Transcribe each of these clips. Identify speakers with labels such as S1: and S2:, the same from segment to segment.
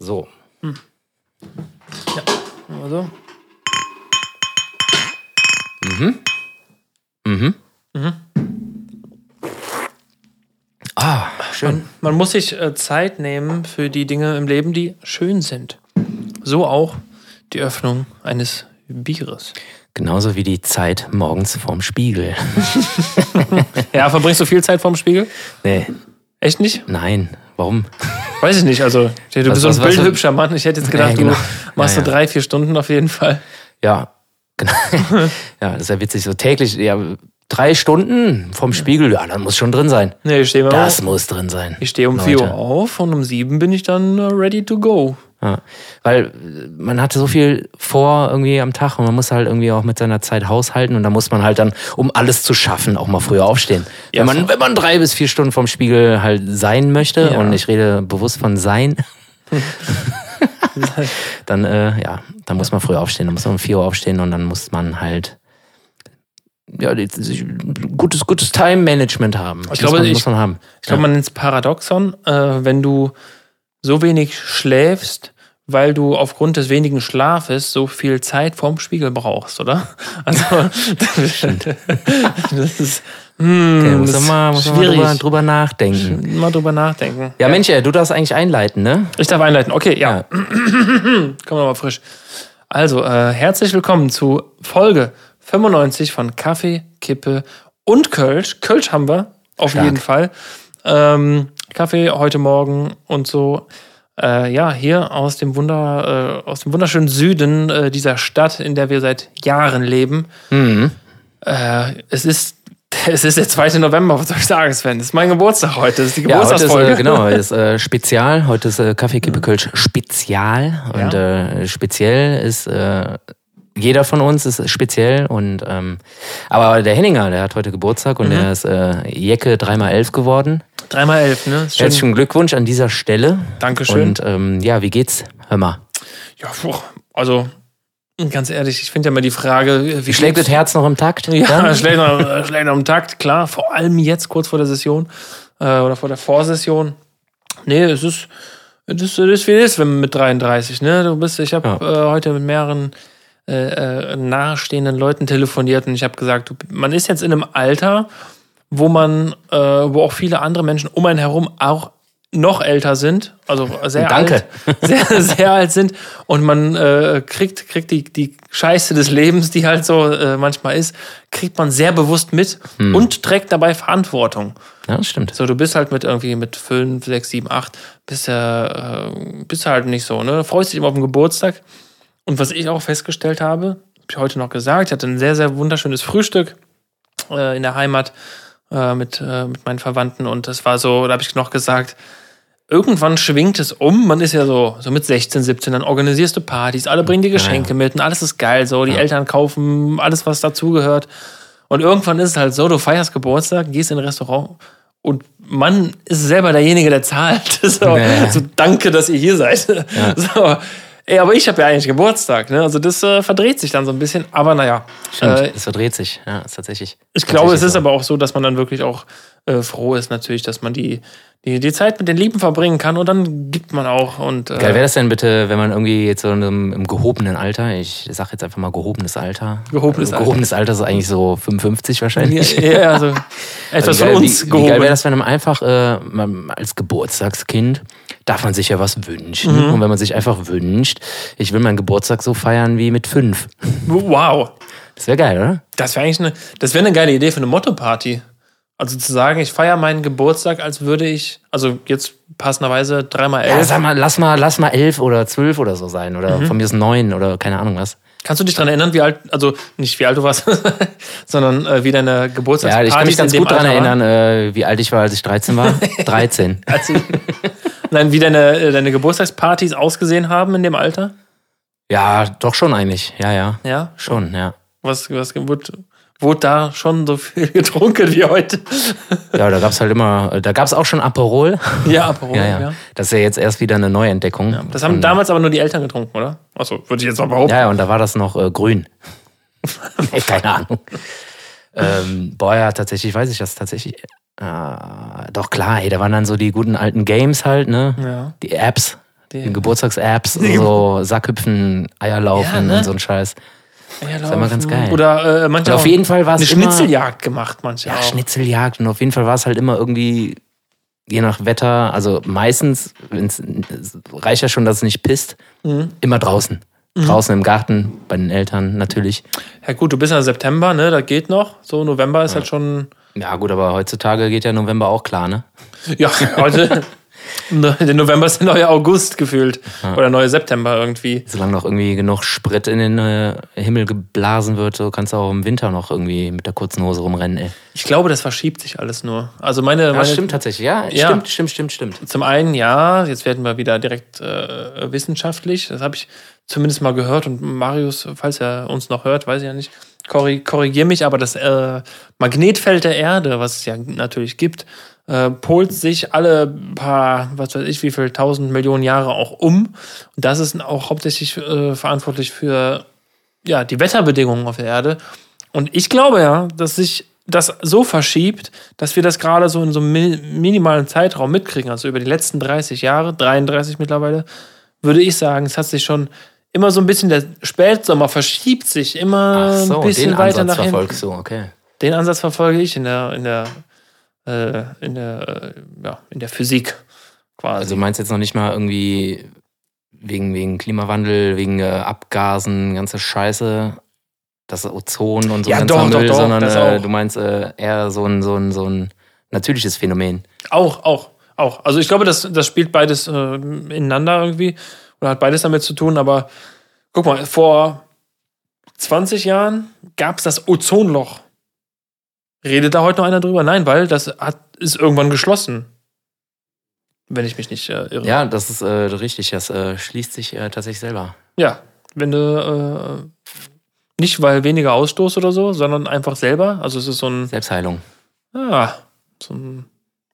S1: So.
S2: Ja, also.
S1: Ah, schön.
S2: Man, man muss sich äh, Zeit nehmen für die Dinge im Leben, die schön sind. So auch die Öffnung eines Bieres.
S1: Genauso wie die Zeit morgens vorm Spiegel.
S2: Ja, verbringst du viel Zeit vorm Spiegel?
S1: Nee,
S2: Echt nicht?
S1: nein. Warum?
S2: Weiß ich nicht. Also, du bist so
S1: was-
S2: ein
S1: was-
S2: bildhübscher Mann. Ich hätte jetzt gedacht,
S1: Ja, genau.
S2: du machst
S1: Ja,
S2: so
S1: ja.
S2: drei, vier Stunden auf jeden Fall.
S1: Ja, genau. ja, das ist ja witzig. So täglich, ja, drei Stunden vorm Spiegel, ja, dann muss schon drin sein.
S2: Nee, ich stehe mal
S1: Das
S2: auf.
S1: muss drin sein.
S2: Ich stehe um 4 Uhr
S1: Leute.
S2: auf und um 7 bin ich dann äh, ready to go.
S1: Ja. Weil äh, man hatte so viel vor irgendwie am Tag und man muss halt irgendwie auch mit seiner Zeit haushalten und da muss man halt dann, um alles zu schaffen, auch mal früher aufstehen. wenn,
S2: Ja,
S1: man, wenn man drei bis vier Stunden vorm Spiegel halt sein möchte,
S2: Ja.
S1: und ich rede bewusst von sein, dann, äh, ja, dann muss man früh aufstehen, dann muss man um 4 Uhr aufstehen und dann muss man halt ja, die- die- gutes, gutes Time-Management haben. Ich
S2: glaube,
S1: muss man,
S2: ich-
S1: muss man haben.
S2: Ich glaube, man nennt es Paradoxon, äh, wenn du so wenig schläfst, weil du aufgrund des wenigen Schlafes so viel Zeit vorm Spiegel brauchst, oder? Also, das ist, hm,
S1: Okay,
S2: das
S1: muss man mal, muss
S2: ist
S1: man mal drüber,
S2: schwierig.
S1: drüber nachdenken.
S2: Mal drüber nachdenken.
S1: Ja, Mensch, ey, du darfst eigentlich einleiten, ne?
S2: Ich darf einleiten. Okay, ja. Kommen wir mal frisch. Also, äh, herzlich willkommen zu Folge 95 von Kaffee, Kippe und Kölsch. Kölsch haben wir, auf jeden Fall. Ähm, Kaffee heute Morgen und so. Äh, ja, hier aus dem, Wunder, äh, aus dem wunderschönen Süden äh, dieser Stadt, in der wir seit Jahren leben.
S1: Mhm.
S2: Äh, es ist. Es ist der 2. November, was soll ich sagen, Sven? Das ist mein Geburtstag heute. Das Mhm. ist die
S1: Ja, heute ist,
S2: Geburtstagsfolge.
S1: äh, genau, heute ist äh, Spezial. Heute ist äh, Kaffeekippe Kölsch Spezial. Und äh, speziell ist äh, jeder von uns ist speziell. Und ähm, aber der Henninger, der hat heute Geburtstag und
S2: Mhm.
S1: der ist äh, Jecke 3x11 geworden.
S2: Dreimal elf, ne? Ist schön.
S1: Herzlichen Glückwunsch an dieser Stelle.
S2: Dankeschön.
S1: Und ähm, ja, wie geht's? Hör mal.
S2: Ja, puh, also ganz ehrlich, ich finde ja mal die Frage, wie
S1: Schlägt ne? das
S2: geht's-
S1: Herz noch im Takt?
S2: Ja, schlägt noch, schlägt noch am Takt, klar. Vor allem jetzt kurz vor der Session äh, oder vor der Vorsession. Nee, es ist das ist, es ist wie es ist wenn mit 33, ne? Du bist ich habe äh, heute mit mehreren äh, äh, nahestehenden Leuten telefoniert und ich habe gesagt, du, man ist jetzt in einem Alter, wo man äh, wo auch viele andere Menschen um einen herum auch noch älter sind, also sehr
S1: Danke.
S2: alt, sehr, sehr alt sind und man äh, kriegt kriegt die die Scheiße des Lebens, die halt so äh, manchmal ist, kriegt man sehr bewusst mit und trägt dabei Verantwortung.
S1: Ja, das stimmt.
S2: So, du bist halt mit irgendwie mit 5, 6, 7, 8, bist ja, äh, bist ja halt nicht so, ne? Freust dich immer auf den Geburtstag. Und was ich auch festgestellt habe, hab ich heute noch gesagt, ich hatte ein sehr, sehr wunderschönes Frühstück äh, in der Heimat äh, mit, äh, mit meinen Verwandten und das war so, da habe ich noch gesagt, irgendwann schwingt es um, man ist ja so, so mit 16, 17, dann organisierst du Partys, alle bringen dir Geschenke mit und alles ist geil, so, die Eltern kaufen alles, was dazugehört. Und irgendwann ist es halt so, du feierst Geburtstag, gehst in ein Restaurant und man ist selber derjenige, der zahlt. So,
S1: Nee.
S2: so danke, dass ihr hier seid. So, ey, aber ich habe ja eigentlich Geburtstag, ne? Also das äh, verdreht sich dann so ein bisschen. Aber naja,
S1: Stimmt.
S2: äh,
S1: es verdreht sich. Ja, ist tatsächlich.
S2: ich glaube, es ist
S1: so.
S2: aber auch so, dass man dann wirklich auch äh, froh ist natürlich, dass man die, die, die Zeit mit den Lieben verbringen kann und dann gibt man auch. Und, äh,
S1: Geil wäre das denn bitte, wenn man irgendwie jetzt so in einem, im gehobenen Alter, ich sag jetzt einfach mal gehobenes Alter.
S2: Gehobenes Alter.
S1: Gehobenes Alter ist eigentlich so 55
S2: ja,
S1: wahrscheinlich.
S2: ja, also etwas
S1: Wie geil-
S2: von uns
S1: wie, wie geil
S2: gehoben.
S1: wäre das, wenn man einfach äh, man, als Geburtstagskind darf man sich ja was wünschen.
S2: Mhm.
S1: Und wenn man sich einfach wünscht, ich will meinen Geburtstag so feiern wie mit fünf.
S2: wow,
S1: Das wäre geil, oder?
S2: das wäre eigentlich eine, das wäre eine geile Idee für eine Motto-Party. Also zu sagen, ich feiere meinen Geburtstag, als würde ich, also jetzt passenderweise dreimal
S1: Ja,
S2: elf.
S1: sag mal, lass mal, lass mal elf oder zwölf oder so sein.
S2: Mhm.
S1: Oder von mir ist neun oder keine Ahnung was.
S2: Kannst du dich daran erinnern, wie alt, also nicht wie alt du warst, sondern äh, wie deine
S1: Ja,
S2: Geburtstagspartys
S1: ich kann mich ganz
S2: in dem
S1: gut daran
S2: Alter waren?
S1: erinnern, äh, wie alt ich war, als ich 13 war. 13.
S2: Als du- Nein, wie deine, äh, deine Geburtstagspartys ausgesehen haben in dem Alter?
S1: Ja, doch schon eigentlich. Ja, ja.
S2: Ja.
S1: Schon, ja.
S2: Was, was wurde, wurde da schon so viel getrunken wie heute?
S1: Ja, da gab's halt immer, äh, da gab's auch schon Aperol.
S2: Ja, Aperol,
S1: Ja, ja, Das ist ja jetzt erst wieder eine Neuentdeckung. Ja,
S2: Das haben damals aber nur die Eltern getrunken, oder? Achso, würde ich jetzt mal behaupten.
S1: ja, und da war das noch äh, grün. nee, keine Ahnung. Ähm, boah, ja, tatsächlich weiß ich das tatsächlich. Äh, doch klar, ey, da waren dann so die guten alten Games halt, ne?
S2: Ja.
S1: Die Apps. Den Geburtstags-Apps, so Sackhüpfen, Eierlaufen
S2: Ja, ne?
S1: und so ein Scheiß.
S2: Das
S1: ist immer ganz geil.
S2: Oder äh, manche
S1: Und auf
S2: haben
S1: jeden Fall war
S2: eine
S1: es immer
S2: Schnitzeljagd gemacht, manche
S1: ja,
S2: auch.
S1: Schnitzeljagd. Und auf jeden Fall war es halt immer irgendwie, je nach Wetter, also meistens, wenn's, es reicht ja schon, dass es nicht pisst,
S2: Mhm.
S1: immer draußen. Draußen im Garten, bei den Eltern natürlich.
S2: Ja gut, du bist ja September, ne? Das geht noch. So November ist halt schon.
S1: Ja gut, aber heutzutage geht ja November auch klar, ne?
S2: Ja, heute. Ne, Der November ist der neue August gefühlt. Oder neue September irgendwie.
S1: Solange noch irgendwie genug Sprit in den äh, Himmel geblasen wird, so kannst du auch im Winter noch irgendwie mit der kurzen Hose rumrennen, ey.
S2: Ich glaube, das verschiebt sich alles nur. Also meine,
S1: Ja,
S2: meine
S1: stimmt tatsächlich. Ja,
S2: Ja.
S1: stimmt, stimmt, stimmt, stimmt.
S2: Zum einen, ja, jetzt werden wir wieder direkt äh, wissenschaftlich. Das habe ich zumindest mal gehört. Und Marius, falls er uns noch hört, weiß ich ja nicht, korri korrigier mich, aber das äh, Magnetfeld der Erde, was es ja natürlich gibt, äh, polt sich alle paar, was weiß ich, wie viel tausend Millionen Jahre auch um. Und das ist auch hauptsächlich äh, verantwortlich für ja, die Wetterbedingungen auf der Erde. Und ich glaube ja, dass sich das so verschiebt, dass wir das gerade so in so einem mi- minimalen Zeitraum mitkriegen. Also über die letzten 30 Jahre, 33 mittlerweile, würde ich sagen, es hat sich schon immer so ein bisschen, der Spätsommer verschiebt sich immer
S1: Ach so,
S2: Äh, ein bisschen
S1: den
S2: weiter
S1: Ansatz
S2: nach hinten.
S1: verfolgst du, okay.
S2: Den Ansatz verfolge ich in der, in der, äh, in der, äh, ja, in der Physik quasi.
S1: Also du meinst jetzt noch nicht mal irgendwie wegen, wegen Klimawandel, wegen äh, Abgasen, ganze Scheiße, das Ozon und so
S2: Ja,
S1: ganzer
S2: doch, doch,
S1: Müll,
S2: doch,
S1: sondern
S2: das
S1: äh,
S2: auch.
S1: du meinst äh, eher so ein, so, ein, so ein natürliches Phänomen.
S2: Auch, auch, auch. Also ich glaube, das, das spielt beides äh, ineinander irgendwie oder hat beides damit zu tun, aber guck mal, vor 20 Jahren gab es das Ozonloch. Redet da heute noch einer drüber? Nein, weil das hat, ist irgendwann geschlossen. Wenn ich mich nicht äh, irre.
S1: Ja, das ist äh, richtig, das äh, schließt sich äh, tatsächlich selber.
S2: Ja, wenn du äh, nicht weil weniger Ausstoß oder so, sondern einfach selber. Also es ist so ein,
S1: Selbstheilung.
S2: ah, so ein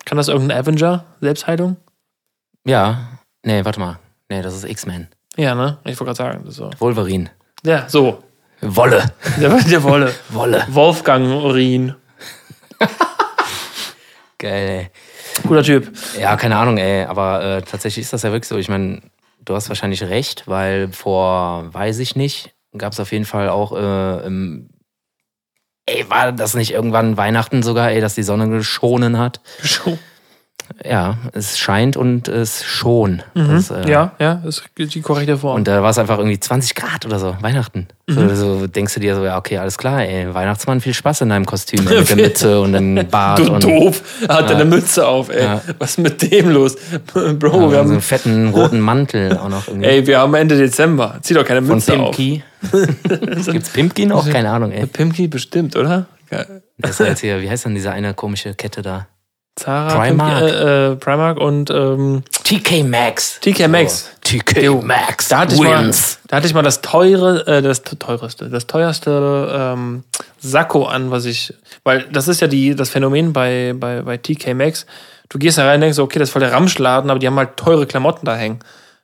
S2: kann das irgendein Avenger? Selbstheilung?
S1: Ja, nee, warte mal. Nee, das ist X-Men.
S2: Ja, ne? Ich wollte gerade sagen. das ist So.
S1: Wolverine.
S2: Ja, so.
S1: Wolle.
S2: Der, der Wolle.
S1: Wolle.
S2: Wolfgang Urin.
S1: Geil,
S2: Cooler Typ.
S1: ey. Ja, keine Ahnung, ey. Aber äh, tatsächlich ist das ja wirklich so. Ich meine, du hast wahrscheinlich recht, weil vor, weiß ich nicht, gab es auf jeden Fall auch äh, im Ey, war das nicht irgendwann Weihnachten sogar, ey, dass die Sonne geschonen hat? Ja, es scheint und es schon. Das, äh,
S2: Mhm. ja, ja, ist die korrekte Form.
S1: Und da war es einfach irgendwie 20 Grad oder so, Weihnachten.
S2: Mhm.
S1: So, so denkst du dir so, ja, okay, alles klar, ey, Weihnachtsmann, viel Spaß in deinem Kostüm mit der Mütze und dem Bart
S2: du
S1: und
S2: doof. Er hat eine Mütze auf, ey.
S1: Ja. also
S2: Was ist mit dem los? Bro,
S1: und so
S2: wir
S1: einen
S2: haben,
S1: fetten roten Mantel auch noch irgendwie.
S2: ey, wir haben Ende Dezember. Zieh doch keine
S1: von
S2: Mütze auf.
S1: Pimki. Gibt's Pimki noch? Keine Ahnung, ey.
S2: Pimki bestimmt, oder? Ja.
S1: Das war jetzt hier, wie heißt denn diese eine komische Kette da?
S2: Zara,
S1: Primark.
S2: Pimki, äh, äh, Primark und ähm,
S1: TK Maxx.
S2: TK Maxx.
S1: TK
S2: Jo,
S1: Maxx.
S2: Da hatte, ich mal,
S1: wins.
S2: da hatte ich mal das teure, äh, das te- teureste, das teuerste ähm, Sakko an, was ich, weil das ist ja die, das Phänomen bei, bei, bei TK Maxx. Du gehst da rein und denkst, so, okay, das ist voll der Ramschladen, aber die haben halt teure Klamotten da hängen.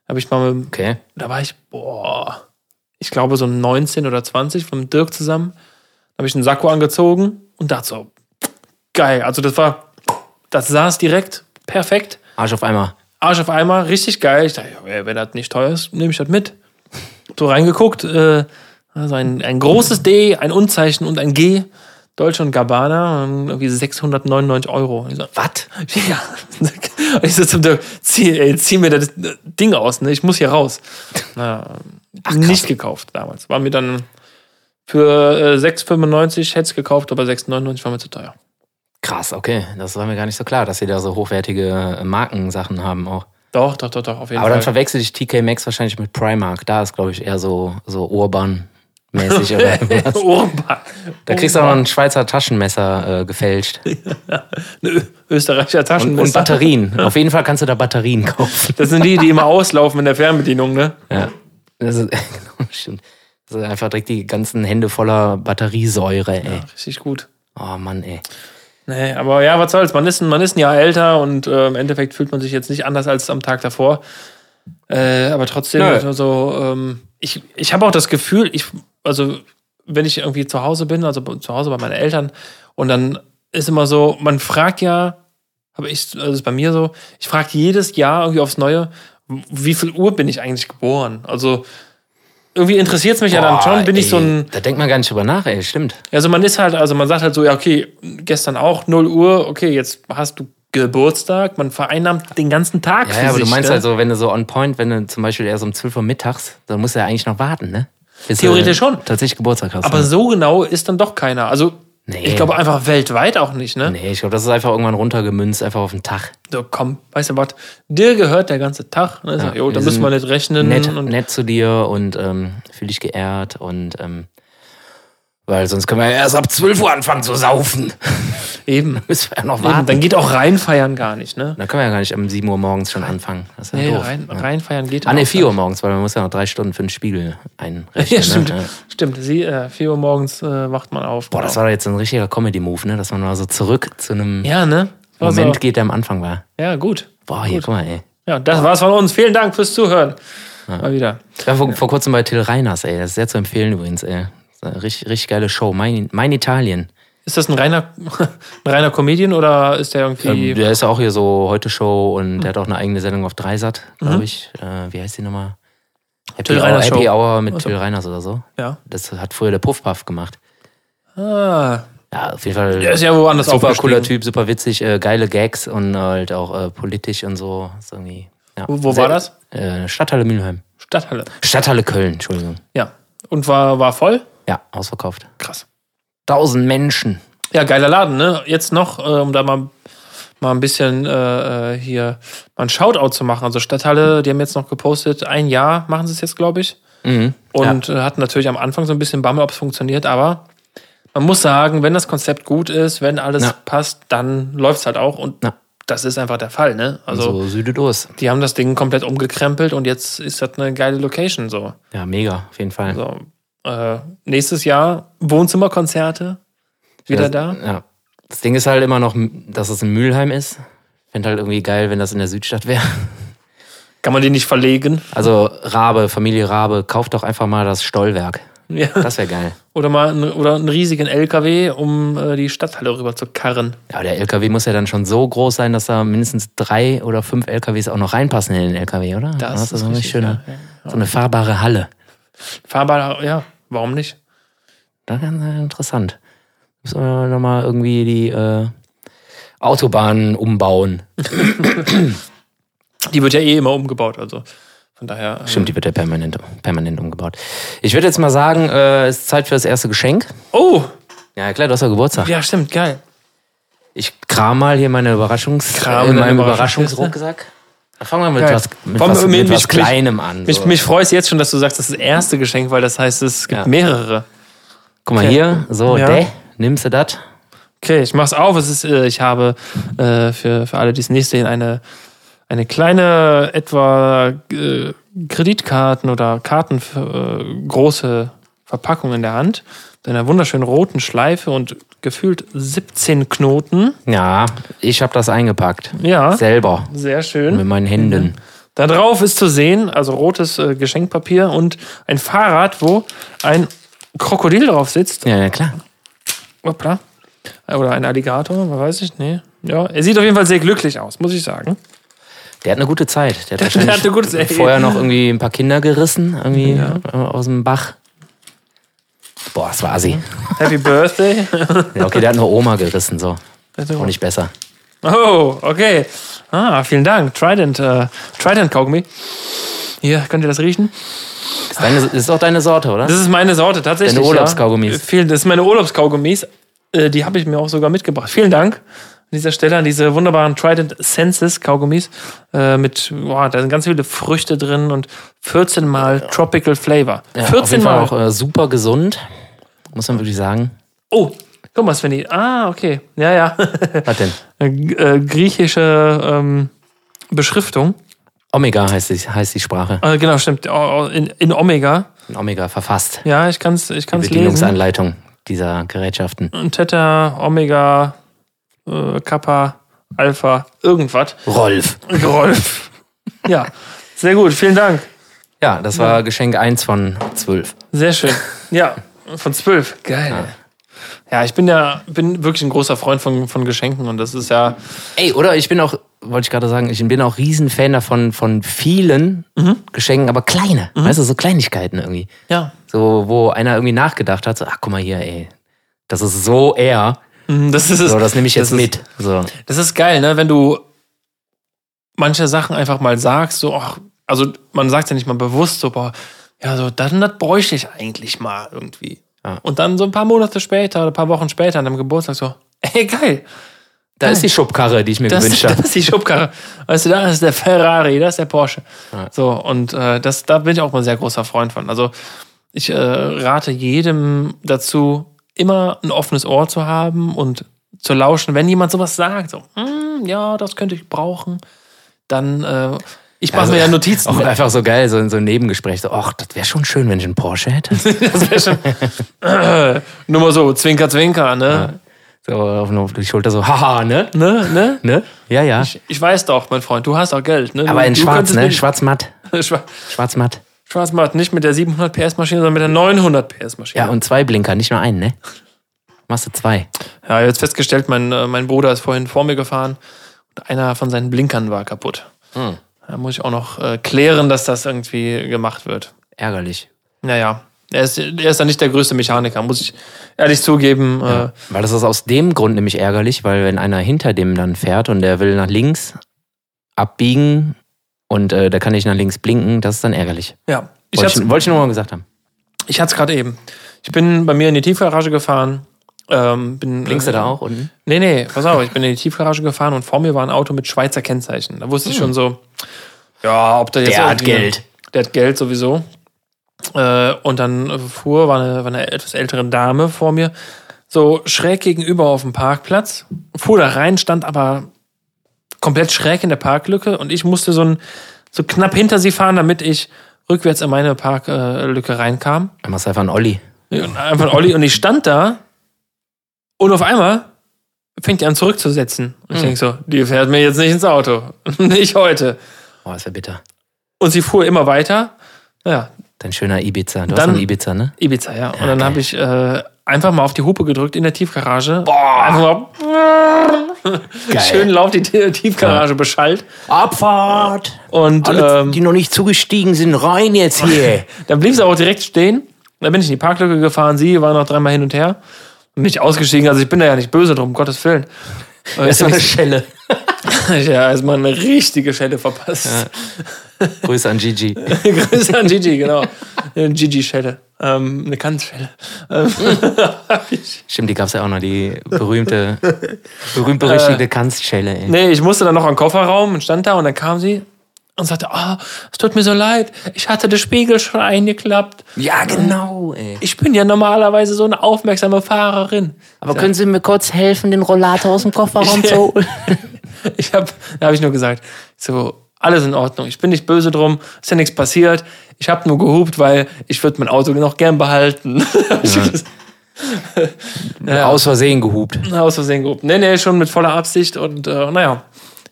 S2: Da Hab ich mal, mit,
S1: Okay.
S2: da war ich, boah, ich glaube so 19 oder 20 vom Dirk zusammen. Da habe ich einen Sakko angezogen und dachte so, geil. Also das war, das saß direkt perfekt.
S1: Arsch auf einmal.
S2: Arsch auf einmal, richtig geil. Ich dachte, ja, ey, wenn das nicht teuer ist, nehme ich das mit. So reingeguckt, äh, also ein, ein großes D, ein Unzeichen und ein G. Deutsche und Gabbana, ähm, irgendwie 699 Euro. Ich so,
S1: Was?
S2: ja. Und ich so zum Dirk, zieh, ey, zieh mir das Ding aus, ne? Ich muss hier raus. Na, nicht gekauft damals. War mir dann für äh, 6,95 hätte es gekauft, aber 6,99 war mir zu teuer.
S1: Krass, okay. Das war mir gar nicht so klar, dass sie da so hochwertige äh, Markensachen haben auch.
S2: Doch, doch, doch, doch, auf jeden
S1: Aber dann
S2: Fall.
S1: verwechsel ich TK Maxx wahrscheinlich mit Primark. Da ist, glaube ich, eher so, so urban-mäßig. oder was.
S2: Urban.
S1: da kriegst du auch noch ein Schweizer Taschenmesser äh, gefälscht.
S2: Eine Ö- Österreicher
S1: Und, und
S2: Taschenmesser.
S1: Batterien. Auf jeden Fall kannst du da Batterien kaufen.
S2: Das sind die, die immer auslaufen in der Fernbedienung, ne?
S1: Ja. Das ist, genau, stimmt. Das sind einfach direkt die ganzen Hände voller Batteriesäure, ey.
S2: Richtig gut.
S1: Oh Mann, ey.
S2: Nee, aber ja, was soll's. Man ist, ein- man ist ein Jahr älter und äh, im Endeffekt fühlt man sich jetzt nicht anders als am Tag davor. Äh, aber trotzdem,
S1: Nö.
S2: also, ähm, ich, ich habe auch das Gefühl, ich, also, wenn ich irgendwie zu Hause bin, also bei- zu Hause bei meinen Eltern, und dann ist immer so, man fragt ja, habe ich, also ist bei mir so, ich frage jedes Jahr irgendwie aufs Neue, wie viel Uhr bin ich eigentlich geboren? Also irgendwie interessiert es mich ja dann
S1: Boah,
S2: schon. Bin ich
S1: ey,
S2: so ein.
S1: Da denkt man gar nicht drüber nach, ey, stimmt.
S2: Also man ist halt, also man sagt halt so, ja, okay, gestern auch 0 Uhr, okay, jetzt hast du Geburtstag, man vereinnahmt den ganzen Tag.
S1: Ja,
S2: für
S1: ja, aber du
S2: sich,
S1: meinst
S2: ne?
S1: halt so, wenn du so on point, wenn du zum Beispiel erst um 12 Uhr mittags, dann musst du ja eigentlich noch warten, ne? Bis du
S2: Theoretisch schon.
S1: Tatsächlich Geburtstag hast.
S2: Aber
S1: ne?
S2: so genau ist dann doch keiner. Also
S1: Nee.
S2: ich glaube einfach weltweit auch nicht, ne?
S1: Nee, ich glaube, das ist einfach irgendwann runtergemünzt, einfach auf den Tag.
S2: So, komm, weißt du was, dir gehört der ganze Tag. Ne? so, jo, da
S1: wir
S2: müssen wir
S1: sind
S2: nicht rechnen.
S1: Nett,
S2: und
S1: nett zu dir und ähm, fühl dich geehrt und ähm, weil sonst können wir ja erst ab 12 Uhr anfangen zu saufen.
S2: eben.
S1: Müssen wir ja noch
S2: eben.
S1: warten.
S2: Dann geht auch reinfeiern gar nicht, ne?
S1: Dann können wir ja gar nicht um 7 Uhr morgens schon anfangen. Das ist ja
S2: Nee,
S1: doof.
S2: rein,
S1: ja.
S2: reinfeiern geht
S1: Ah, ne,
S2: auch
S1: 4 Uhr morgens, weil man muss ja noch drei Stunden für den Spiegel einrechnen.
S2: Ja, stimmt.
S1: Ne?
S2: Stimmt, sie, äh, 4 Uhr morgens äh, wacht man auf.
S1: Boah, das war doch jetzt ein richtiger Comedy-Move, ne? Dass man mal so zurück zu einem
S2: ja, ne? War so-
S1: Moment geht, der am Anfang war.
S2: Ja, gut.
S1: Boah, hier, guck mal, ey.
S2: Ja, das war's von uns. Vielen Dank fürs Zuhören. Mal wieder.
S1: Ich war vor, vor kurzem bei Till Reiners, ey. Das ist sehr zu empfehlen übrigens, ey. Das ist eine Richtig, richtig geile Show. Mein, mein Italien.
S2: Ist das ein reiner, ein reiner Comedian oder ist der irgendwie.
S1: Ähm, Der ist ja auch hier so Heute-Show und der hat auch eine eigene Sendung auf Dreisat, glaube ich. Äh, wie heißt die nochmal? Happy,
S2: Mhm. Till
S1: Hour,
S2: Reiners
S1: Happy
S2: Show.
S1: Hour mit Till Reiners oder so.
S2: ja.
S1: Das hat früher der Puffpuff gemacht.
S2: Ah,
S1: Ja, auf jeden Fall.
S2: der ist ja woanders
S1: super cooler
S2: aufgestiegen.
S1: Typ, super witzig, äh, geile Gags und halt auch äh, politisch und so. Ist irgendwie, ja.
S2: Wo- wo war das?
S1: Äh, Stadthalle Mülheim.
S2: Stadthalle.
S1: Stadthalle Köln, Entschuldigung.
S2: Ja. Und war, war voll?
S1: Ja, ausverkauft.
S2: Krass.
S1: Tausend Menschen.
S2: Ja, geiler Laden, ne? Jetzt noch, äh, um da mal, mal ein bisschen äh, äh, hier mal ein Shoutout zu machen. Also Stadthalle, die haben jetzt noch gepostet, ein Jahr machen sie es jetzt, glaube ich.
S1: Mhm.
S2: Und äh, hatten natürlich am Anfang so ein bisschen Bammel, ob es funktioniert, aber man muss sagen, wenn das Konzept gut ist, wenn alles
S1: Ja.
S2: passt, dann läuft es halt auch. Und
S1: Ja.
S2: das ist einfach der Fall, ne? Also
S1: Also, so südet Urs.
S2: die haben das Ding komplett umgekrempelt und jetzt ist das eine geile Location so.
S1: Ja, mega, auf jeden Fall.
S2: so äh, nächstes Jahr Wohnzimmerkonzerte wieder
S1: das,
S2: da.
S1: Ja. Das Ding ist halt immer noch, dass es in Mülheim ist. Fände halt irgendwie geil, wenn das in der Südstadt wäre.
S2: Kann man die nicht verlegen?
S1: Also Rabe, Familie Rabe, kauft doch einfach mal das Stollwerk.
S2: Ja.
S1: Das wäre geil.
S2: Oder mal einen, oder einen riesigen LKW, um äh, die Stadthalle rüber zu karren.
S1: Ja, der LKW muss ja dann schon so groß sein, dass da mindestens drei oder fünf LKWs auch noch reinpassen in den LKW, oder? Dann hast du so eine
S2: richtig,
S1: schöne,
S2: ja, ja.
S1: so eine fahrbare Halle.
S2: Fahrbar, ja, warum nicht?
S1: Das ist ganz äh, interessant. Müssen wir nochmal irgendwie die äh, Autobahnen umbauen.
S2: Die wird ja eh immer umgebaut, also von daher. äh,
S1: Stimmt, die wird ja permanent, permanent umgebaut. Ich würde jetzt mal sagen, äh, es ist Zeit für das erste Geschenk.
S2: Oh,
S1: Ja, klar, du hast ja Geburtstag.
S2: ja, stimmt, geil.
S1: Ich kram mal hier meine Überraschungs
S2: Kram
S1: in
S2: deine
S1: meinem
S2: Überraschungs-
S1: Überraschungsrucksack. Dann fangen wir mit
S2: Geil.
S1: was, mit
S2: Komm,
S1: was,
S2: mich-
S1: mit was
S2: mich-
S1: Kleinem an.
S2: Mich,
S1: So.
S2: mich freut es jetzt schon, dass du sagst, das ist das erste Geschenk, weil das heißt, es gibt
S1: Ja.
S2: mehrere.
S1: Guck mal
S2: Okay.
S1: hier, so,
S2: Ja.
S1: dä, nimmst du das?
S2: Okay, ich mach's auf. Es ist, äh, ich habe äh, für, für alle, die es nicht sehen, eine, eine kleine, etwa äh, Kreditkarten oder Karten für, äh, große Verpackung in der Hand. Mit einer wunderschönen roten Schleife und gefühlt 17 Knoten.
S1: Ja, ich habe das eingepackt.
S2: Ja, sehr,
S1: Selber.
S2: schön.
S1: Mit meinen
S2: ne?
S1: Händen.
S2: Da drauf ist zu sehen, also rotes äh, Geschenkpapier und ein Fahrrad, wo ein Krokodil drauf sitzt.
S1: Ja, ja, klar.
S2: Hoppla. Oder ein Alligator, man weiß ich, nee. Ja, er sieht auf jeden Fall sehr glücklich aus, muss ich sagen.
S1: Der hat eine gute Zeit. Der hat
S2: Der
S1: wahrscheinlich
S2: hat eine gute Zeit.
S1: vorher noch irgendwie ein paar Kinder gerissen, irgendwie äh, aus dem Bach. Boah, das war sie.
S2: Happy Birthday.
S1: Ja, okay, der hat eine Oma gerissen, so. Auch nicht besser.
S2: Oh, okay. Ah, vielen Dank. Trident, äh, Trident Kaugummi. Hier, könnt ihr das riechen?
S1: Ist, deine, ist auch deine Sorte, oder?
S2: Das ist meine Sorte, tatsächlich.
S1: Deine
S2: ja.
S1: Urlaubskaugummis.
S2: Äh, Vielen, das ist meine Urlaubskaugummis. Äh, die habe ich mir auch sogar mitgebracht. Vielen Dank an dieser Stelle an diese wunderbaren Trident Senses Kaugummis. Äh, mit, boah, da sind ganz viele Früchte drin und 14 mal Tropical Flavor.
S1: Ja, auf
S2: 14
S1: jeden Fall
S2: mal.
S1: auch äh, super gesund, muss man wirklich sagen.
S2: Oh, guck mal, Svenny. Ah, okay. Ja, ja.
S1: Was denn?
S2: G- äh, griechische ähm, Beschriftung.
S1: Omega heißt die, heißt die Sprache.
S2: Äh, genau, stimmt. O- o- In, in Omega.
S1: In Omega verfasst.
S2: Ja, ich kann es ich kann's lesen.
S1: Bedienungsanleitung dieser Gerätschaften.
S2: Theta, Omega, äh, Kappa, Alpha, irgendwas.
S1: Rolf.
S2: Rolf. ja, sehr gut. Vielen Dank.
S1: Ja, das war Geschenk 1 von 12.
S2: Sehr schön. Ja, von zwölf. Geil. Ja, ich bin ja bin wirklich ein großer Freund von, von Geschenken und das ist ja.
S1: Ey, oder ich bin auch, wollte ich gerade sagen, ich bin auch Riesenfan davon, von vielen Geschenken, aber kleine.
S2: Mhm.
S1: Weißt du, so Kleinigkeiten irgendwie.
S2: Ja.
S1: So, wo einer irgendwie nachgedacht hat, so, ach, guck mal hier, ey, das ist so er.
S2: Mhm, Das ist es.
S1: So, das nehme ich jetzt
S2: das ist-
S1: mit. So.
S2: Das ist geil, ne? Wenn du manche Sachen einfach mal sagst, so, ach, also man sagt ja nicht mal bewusst, so, boah, ja, so, dann das bräuchte ich eigentlich mal irgendwie.
S1: Ja.
S2: Und dann so ein paar Monate später oder ein paar Wochen später an deinem Geburtstag so, ey, geil,
S1: Da ist die Schubkarre, die ich mir
S2: das,
S1: gewünscht
S2: das
S1: habe.
S2: ist die Schubkarre. Weißt du, da ist der Ferrari, da ist der Porsche. So, und äh, das, da bin ich auch mal ein sehr großer Freund von. Also, ich äh, rate jedem dazu, immer ein offenes Ohr zu haben und zu lauschen, wenn jemand sowas sagt, so, hm, ja, das könnte ich brauchen, dann, äh, ich mache
S1: Also,
S2: mir ja Notizen.
S1: Auch einfach so geil, so in so einem Nebengespräch. So, ach, das wäre schon schön, wenn ich einen Porsche hätte.
S2: Also, Nur mal so, Zwinker, Zwinker, ne?
S1: so auf auf die Schulter so, haha, ne?
S2: Ne, ne?
S1: Ne? Ja, ja.
S2: Ich weiß doch, mein Freund, du hast auch Geld, ne?
S1: Aber
S2: du,
S1: in
S2: du
S1: schwarz,
S2: könntest
S1: ne?
S2: mit-
S1: Schwarz-matt.
S2: Schwa-
S1: Schwarz-matt.
S2: Schwarzmatt, nicht mit der 700 PS Maschine, sondern mit der 900 PS Maschine.
S1: Ja, und zwei Blinker, nicht nur einen, ne? Machst du zwei.
S2: Ja, jetzt festgestellt, mein, äh, mein Bruder ist vorhin vor mir gefahren und einer von seinen Blinkern war kaputt.
S1: Hm.
S2: Da muss ich auch noch äh, klären, dass das irgendwie gemacht wird.
S1: Ärgerlich.
S2: Naja, er ist, er ist dann nicht der größte Mechaniker, muss ich ehrlich zugeben. Äh,
S1: Weil das ist aus dem Grund nämlich ärgerlich, weil wenn einer hinter dem dann fährt und der will nach links abbiegen und äh, da kann ich nach links blinken, das ist dann ärgerlich.
S2: ja, ich
S1: Wollte ich,
S2: hab's,
S1: wollte ich nur mal gesagt haben.
S2: ich hatte es gerade eben. Ich bin bei mir in die Tiefgarage gefahren. Ähm, bin,
S1: Blinkst du da auch unten?
S2: Nee, nee, pass auf, ich bin in die Tiefgarage gefahren und vor mir war ein Auto mit Schweizer Kennzeichen. Da wusste ich
S1: Hm.
S2: schon so, ja, ob der jetzt.
S1: Der hat
S2: irgendwie-
S1: Geld.
S2: Der hat Geld sowieso. Äh, und dann äh, fuhr, war eine, war eine etwas ältere Dame vor mir, so schräg gegenüber auf dem Parkplatz, fuhr da rein, stand aber komplett schräg in der Parklücke und ich musste so, ein, so knapp hinter sie fahren, damit ich rückwärts in meine Parklücke reinkam.
S1: Dann machst du einfach einen Olli.
S2: Und einfach ein Olli. Und ich stand da und auf einmal fängt die an zurückzusetzen.
S1: Hm.
S2: Und ich denk so, die fährt mir jetzt nicht ins Auto. nicht heute.
S1: Oh, das wäre bitter.
S2: Und sie fuhr immer weiter. Naja,
S1: Dein schöner Ibiza. Du hast
S2: Dann-
S1: einen Ibiza, ne?
S2: Ibiza, ja. Und dann
S1: geil.
S2: habe ich äh, einfach mal auf die Hupe gedrückt in der Tiefgarage. Boah. Einfach mal
S1: Geil.
S2: schön laut die T- Tiefgarage beschallt.
S1: Abfahrt!
S2: Und
S1: Alle,
S2: ähm,
S1: die noch nicht zugestiegen sind, rein jetzt hier.
S2: Dann blieb sie auch direkt stehen. Dann bin ich in die Parklücke gefahren. Sie war noch dreimal hin und her. Und nicht ausgestiegen. Also ich bin da ja nicht böse drum, um Gottes Willen. Äh, ist ja
S1: Erstmal eine
S2: nicht-
S1: Schelle.
S2: ja, erstmal eine richtige Schelle verpasst.
S1: Grüße an Gigi.
S2: Grüße an Gigi, genau. Eine Gigi-Schelle. Ähm, eine Kantschelle. Ähm,
S1: Stimmt, die gab's ja auch noch, die berühmte,
S2: Äh.
S1: berühmt-berüchtigte Kanzschelle, ey.
S2: nee, ich musste dann noch an den Kofferraum und stand da und dann kam sie und sagte, ah, es tut mir so leid, ich hatte den Spiegel schon eingeklappt.
S1: Ja, genau, ey.
S2: Ich bin ja normalerweise so eine aufmerksame Fahrerin.
S1: Aber können Sie mir kurz helfen, den Rollator aus dem Kofferraum zu holen?
S2: Ich hab, da habe ich nur gesagt, so, alles in Ordnung. Ich bin nicht böse drum, ist ja nichts passiert. Ich habe nur gehupt, weil ich würde mein Auto noch gern behalten. Hab ich gesagt.
S1: Aus Versehen gehupt.
S2: Aus Versehen gehoben. Nee, nee, schon mit voller Absicht und äh, naja,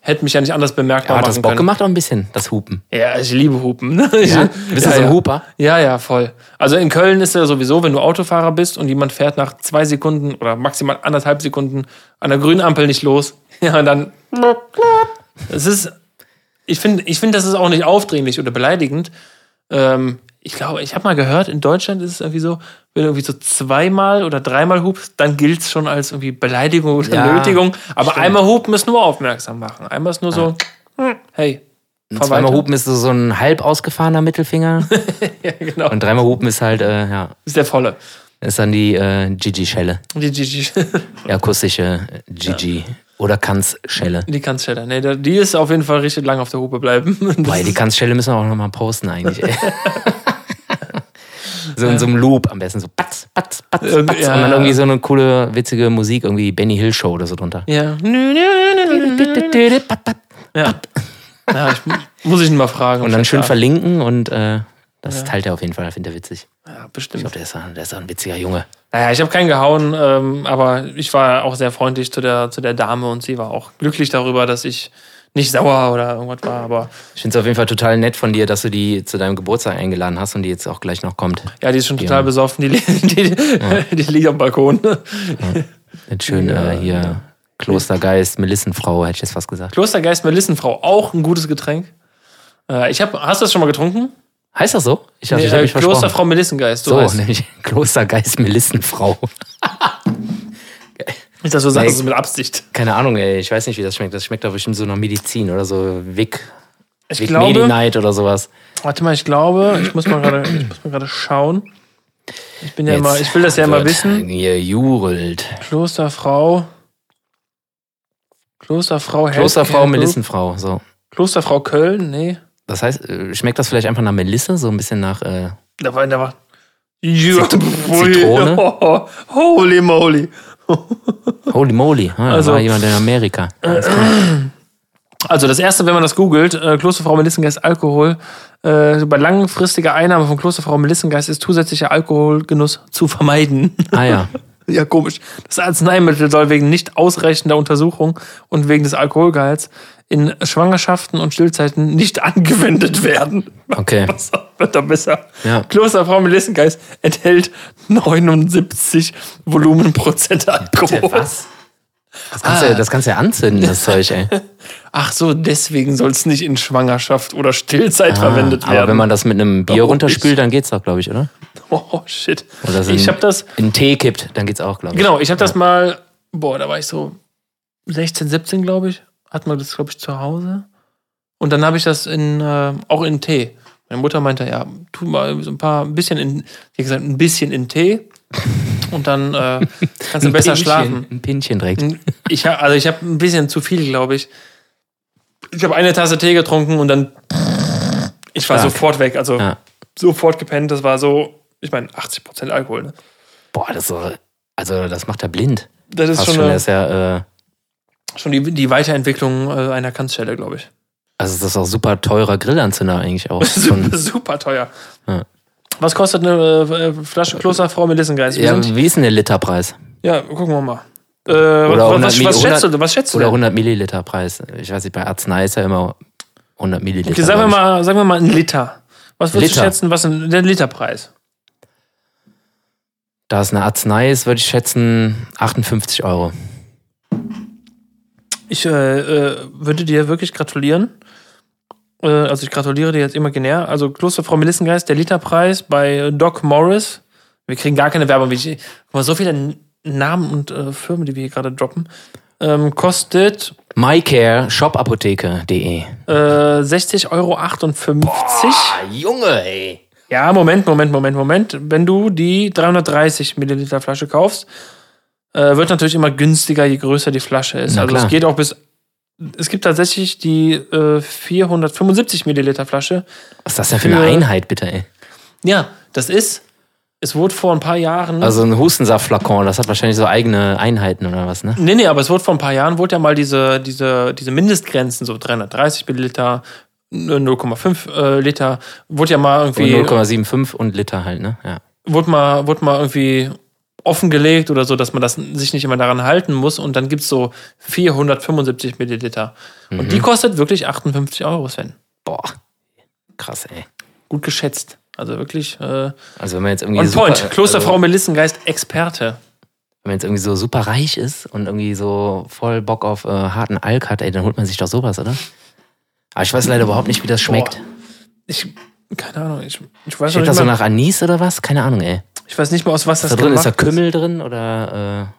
S2: hätte mich ja nicht anders bemerkbar
S1: Aber hat
S2: machen
S1: das Bock
S2: können.
S1: gemacht auch ein bisschen, das Hupen.
S2: Ja, ich liebe Hupen. Ne? Ich,
S1: Ja? Bist du so ein Huper?
S2: Ja, ja, voll. Also in Köln ist ja sowieso, wenn du Autofahrer bist und jemand fährt nach zwei Sekunden oder maximal anderthalb Sekunden an der grünen Ampel nicht los, ja, und dann. Es ist. Ich finde, ich find, das ist auch nicht aufdringlich oder beleidigend. Ähm, ich glaube, ich habe mal gehört, in Deutschland ist es irgendwie so, wenn du irgendwie so zweimal oder dreimal hupst, dann gilt es schon als irgendwie Beleidigung oder
S1: Ja,
S2: Nötigung. Aber einmal hupen ist nur aufmerksam machen. Einmal ist nur so, hey. fahr
S1: Zweimal
S2: weiter.
S1: Hupen ist so ein halb ausgefahrener Mittelfinger.
S2: Genau,
S1: Und dreimal Hupen ist halt, äh, ja,
S2: ist der volle.
S1: ist dann die äh, Gigi-Schelle.
S2: Die, die, die,
S1: Die akustische äh, Gigi. Oder Kanz-Schelle.
S2: die Kanzschelle. Nee, da- die ist auf jeden Fall richtig lang auf der Hupe bleiben. Das,
S1: Weil die Kanz-Schelle müssen wir auch nochmal posten eigentlich. Ey. so in so einem Loop am besten. So patz, patz, patz, patz.
S2: Irgend-
S1: Und
S2: ja.
S1: dann irgendwie so eine coole, witzige Musik, irgendwie Benny Hill Show oder so drunter.
S2: ja. ja. ja ich, muss ich ihn mal fragen.
S1: Und dann schön
S2: ja,
S1: verlinken und äh, das teilt er auf jeden Fall, findet er witzig.
S2: ja,
S1: Ich
S2: bestimmt.
S1: glaube, der ist, ein- der ist ein witziger Junge.
S2: Naja, ich habe keinen gehauen, ähm, aber ich war auch sehr freundlich zu der, zu der Dame und sie war auch glücklich darüber, dass ich nicht sauer oder irgendwas war, aber
S1: Ich finde es auf jeden Fall total nett von dir, dass du die zu deinem Geburtstag eingeladen hast und die jetzt auch gleich noch kommt.
S2: ja, die ist schon total besoffen, die, li- die, die liegt am Balkon.
S1: Mit schön äh, hier Klostergeist, Melissenfrau, hätte ich jetzt fast gesagt.
S2: Klostergeist Melissenfrau, auch ein gutes Getränk. Äh, ich hab, hast du das schon mal getrunken?
S1: Heißt das so? Ich dachte, ich
S2: äh,
S1: habe mich versprochen.
S2: Klosterfrau Melissengeist, so,
S1: So,
S2: heißt.
S1: nämlich Klostergeist, Melissenfrau.
S2: Nicht, dass du sagst,
S1: Nee.
S2: das ist mit Absicht.
S1: Keine Ahnung, ey, ich weiß nicht, wie das schmeckt. Das schmeckt doch bestimmt so nach Medizin oder so Vic,
S2: Ich
S1: Vic
S2: glaube,
S1: Medi-Night oder sowas.
S2: warte mal, ich glaube, ich muss mal gerade, ich muss mal gerade schauen. Ich bin ja
S1: Jetzt
S2: immer, ich will das ja immer
S1: wird
S2: wissen.
S1: Hier jurelt.
S2: Klosterfrau. Klosterfrau Healthcare
S1: Klosterfrau,
S2: Group.
S1: Melissenfrau, so.
S2: Klosterfrau Köln, nee.
S1: Das heißt, äh, schmeckt das vielleicht einfach nach Melisse, so ein bisschen nach äh,
S2: Da war, da war. Ja, pfui.
S1: Zitrone?
S2: holy moly.
S1: Holy Moly. Ah, da
S2: Also-
S1: war jemand in Amerika.
S2: Also das erste, wenn man das googelt, äh, Klosterfrau Melissengeist Alkohol, äh, bei langfristiger Einnahme von Klosterfrau Melissengeist ist zusätzlicher Alkoholgenuss zu vermeiden.
S1: Ah ja.
S2: ja, komisch. Das Arzneimittel soll wegen nicht ausreichender Untersuchung und wegen des Alkoholgehalts in Schwangerschaften und Stillzeiten nicht angewendet werden.
S1: Okay.
S2: Was wird da besser?
S1: Ja.
S2: Klosterfrau Melissengeist enthält 79 Volumenprozent Alkohol.
S1: Das kannst,
S2: Ah.
S1: du, ja, das kannst du ja anzünden, das Zeug, ey.
S2: Ach so, deswegen soll es nicht in Schwangerschaft oder Stillzeit verwendet
S1: Ah, aber
S2: werden.
S1: wenn man das mit einem Bier
S2: Warum
S1: runterspült, dann geht's doch, glaube ich, oder?
S2: oh shit.
S1: Oder so
S2: ich
S1: ein-
S2: habe das,
S1: In den Tee kippt, dann geht's auch, glaube ich.
S2: genau, ich habe das mal, boah, da war ich so 16, 17, glaube ich. Hat man das, glaube ich, zu Hause. Und dann habe ich das in, äh, auch in Tee. Meine Mutter meinte, ja, tu mal so ein paar, ein bisschen in, wie gesagt, ein bisschen in Tee. Und dann äh, kannst du
S1: Ein
S2: besser
S1: Pinchen,
S2: schlafen.
S1: Ein Pinchen direkt.
S2: Ich hab, also ich habe ein bisschen zu viel, glaube ich. Ich habe eine Tasse Tee getrunken und dann ich war
S1: Stark.
S2: sofort weg, also
S1: Ja.
S2: sofort gepennt. Das war so, ich meine, 80 Prozent Alkohol. Ne?
S1: Boah, das ist so, also das macht er blind.
S2: Das ist
S1: Fast
S2: schon,
S1: schon,
S2: eine,
S1: das ist ja, äh,
S2: schon die, die Weiterentwicklung äh, einer Kanzstelle, glaube ich.
S1: also das ist auch super teurer Grillanzünder eigentlich auch. Schon,
S2: Super, super teuer.
S1: Ja.
S2: Was kostet eine äh, Flasche Klosterfrau Melissengeist? Wir
S1: ja,
S2: sind-
S1: wie ist denn der Literpreis?
S2: ja, gucken wir mal. Äh, was,
S1: 100
S2: was,
S1: Mi-
S2: was schätzt
S1: 100
S2: du? Was schätzt du?
S1: Oder
S2: denn?
S1: 100 Milliliter Preis. Ich weiß nicht, bei Arznei ist ja immer 100 Milliliter.
S2: Okay, sagen wir
S1: glaub ich.
S2: mal, sagen wir mal einen Liter. Was würdest du
S1: Liter.
S2: schätzen, was ein, der Literpreis?
S1: Da es eine Arznei ist, würde ich schätzen 58 Euro.
S2: Ich äh, äh, würde dir wirklich gratulieren. Äh, also ich gratuliere dir jetzt imaginär. Also Klosterfrau Melissengeist, der Literpreis bei äh, Doc Morris. Wir kriegen gar keine Werbung. wie ich- Guck mal, so viele N- Namen und äh, Firmen, die wir hier gerade droppen, ähm, kostet
S1: MyCare, shopapotheke.de.
S2: äh, 60,58 Euro. Ah,
S1: Junge, ey.
S2: Ja, Moment, Moment, Moment, Moment. Wenn du die 330 Milliliter Flasche kaufst, äh, wird natürlich immer günstiger, je größer die Flasche ist.
S1: Na
S2: also
S1: klar.
S2: es geht auch bis. Es gibt tatsächlich die äh, 475 Milliliter Flasche.
S1: Was ist das denn für eine
S2: Für-
S1: Einheit, bitte, ey?
S2: Ja, das ist. Es wurde vor ein paar Jahren.
S1: Also ein Hustensaftflakon, das hat wahrscheinlich so eigene Einheiten oder was, ne?
S2: nee, nee, aber es wurde vor ein paar Jahren, wurde ja mal diese, diese, diese Mindestgrenzen, so 330 Milliliter, 0,5 äh, Liter, wurde ja mal
S1: Und
S2: irgendwie.
S1: 0,75 und Liter halt, ne? Ja.
S2: wurde mal, wurde mal irgendwie offengelegt oder so, dass man das sich nicht immer daran halten muss. Und dann gibt's so 475 Milliliter. Und die
S1: Mhm.
S2: kostet wirklich 58 Euro, Sven.
S1: Boah. Krass, ey.
S2: Gut geschätzt. Also wirklich äh,
S1: Also wenn man jetzt irgendwie
S2: on
S1: super,
S2: point. Klosterfrau
S1: Also,
S2: Melissengeist, Experte.
S1: wenn man jetzt irgendwie so super reich ist und irgendwie so voll Bock auf äh, harten Alk hat, ey, dann holt man sich doch sowas, oder? Aber ich weiß leider überhaupt nicht, wie das schmeckt.
S2: Boah. Ich, keine Ahnung, ich, ich, weiß, noch
S1: Steht
S2: nicht
S1: das so
S2: mal,
S1: nach Anis oder was? Keine Ahnung, ey.
S2: ich weiß nicht mal, aus was das
S1: Da drin ist
S2: gemacht
S1: da Kümmel drin oder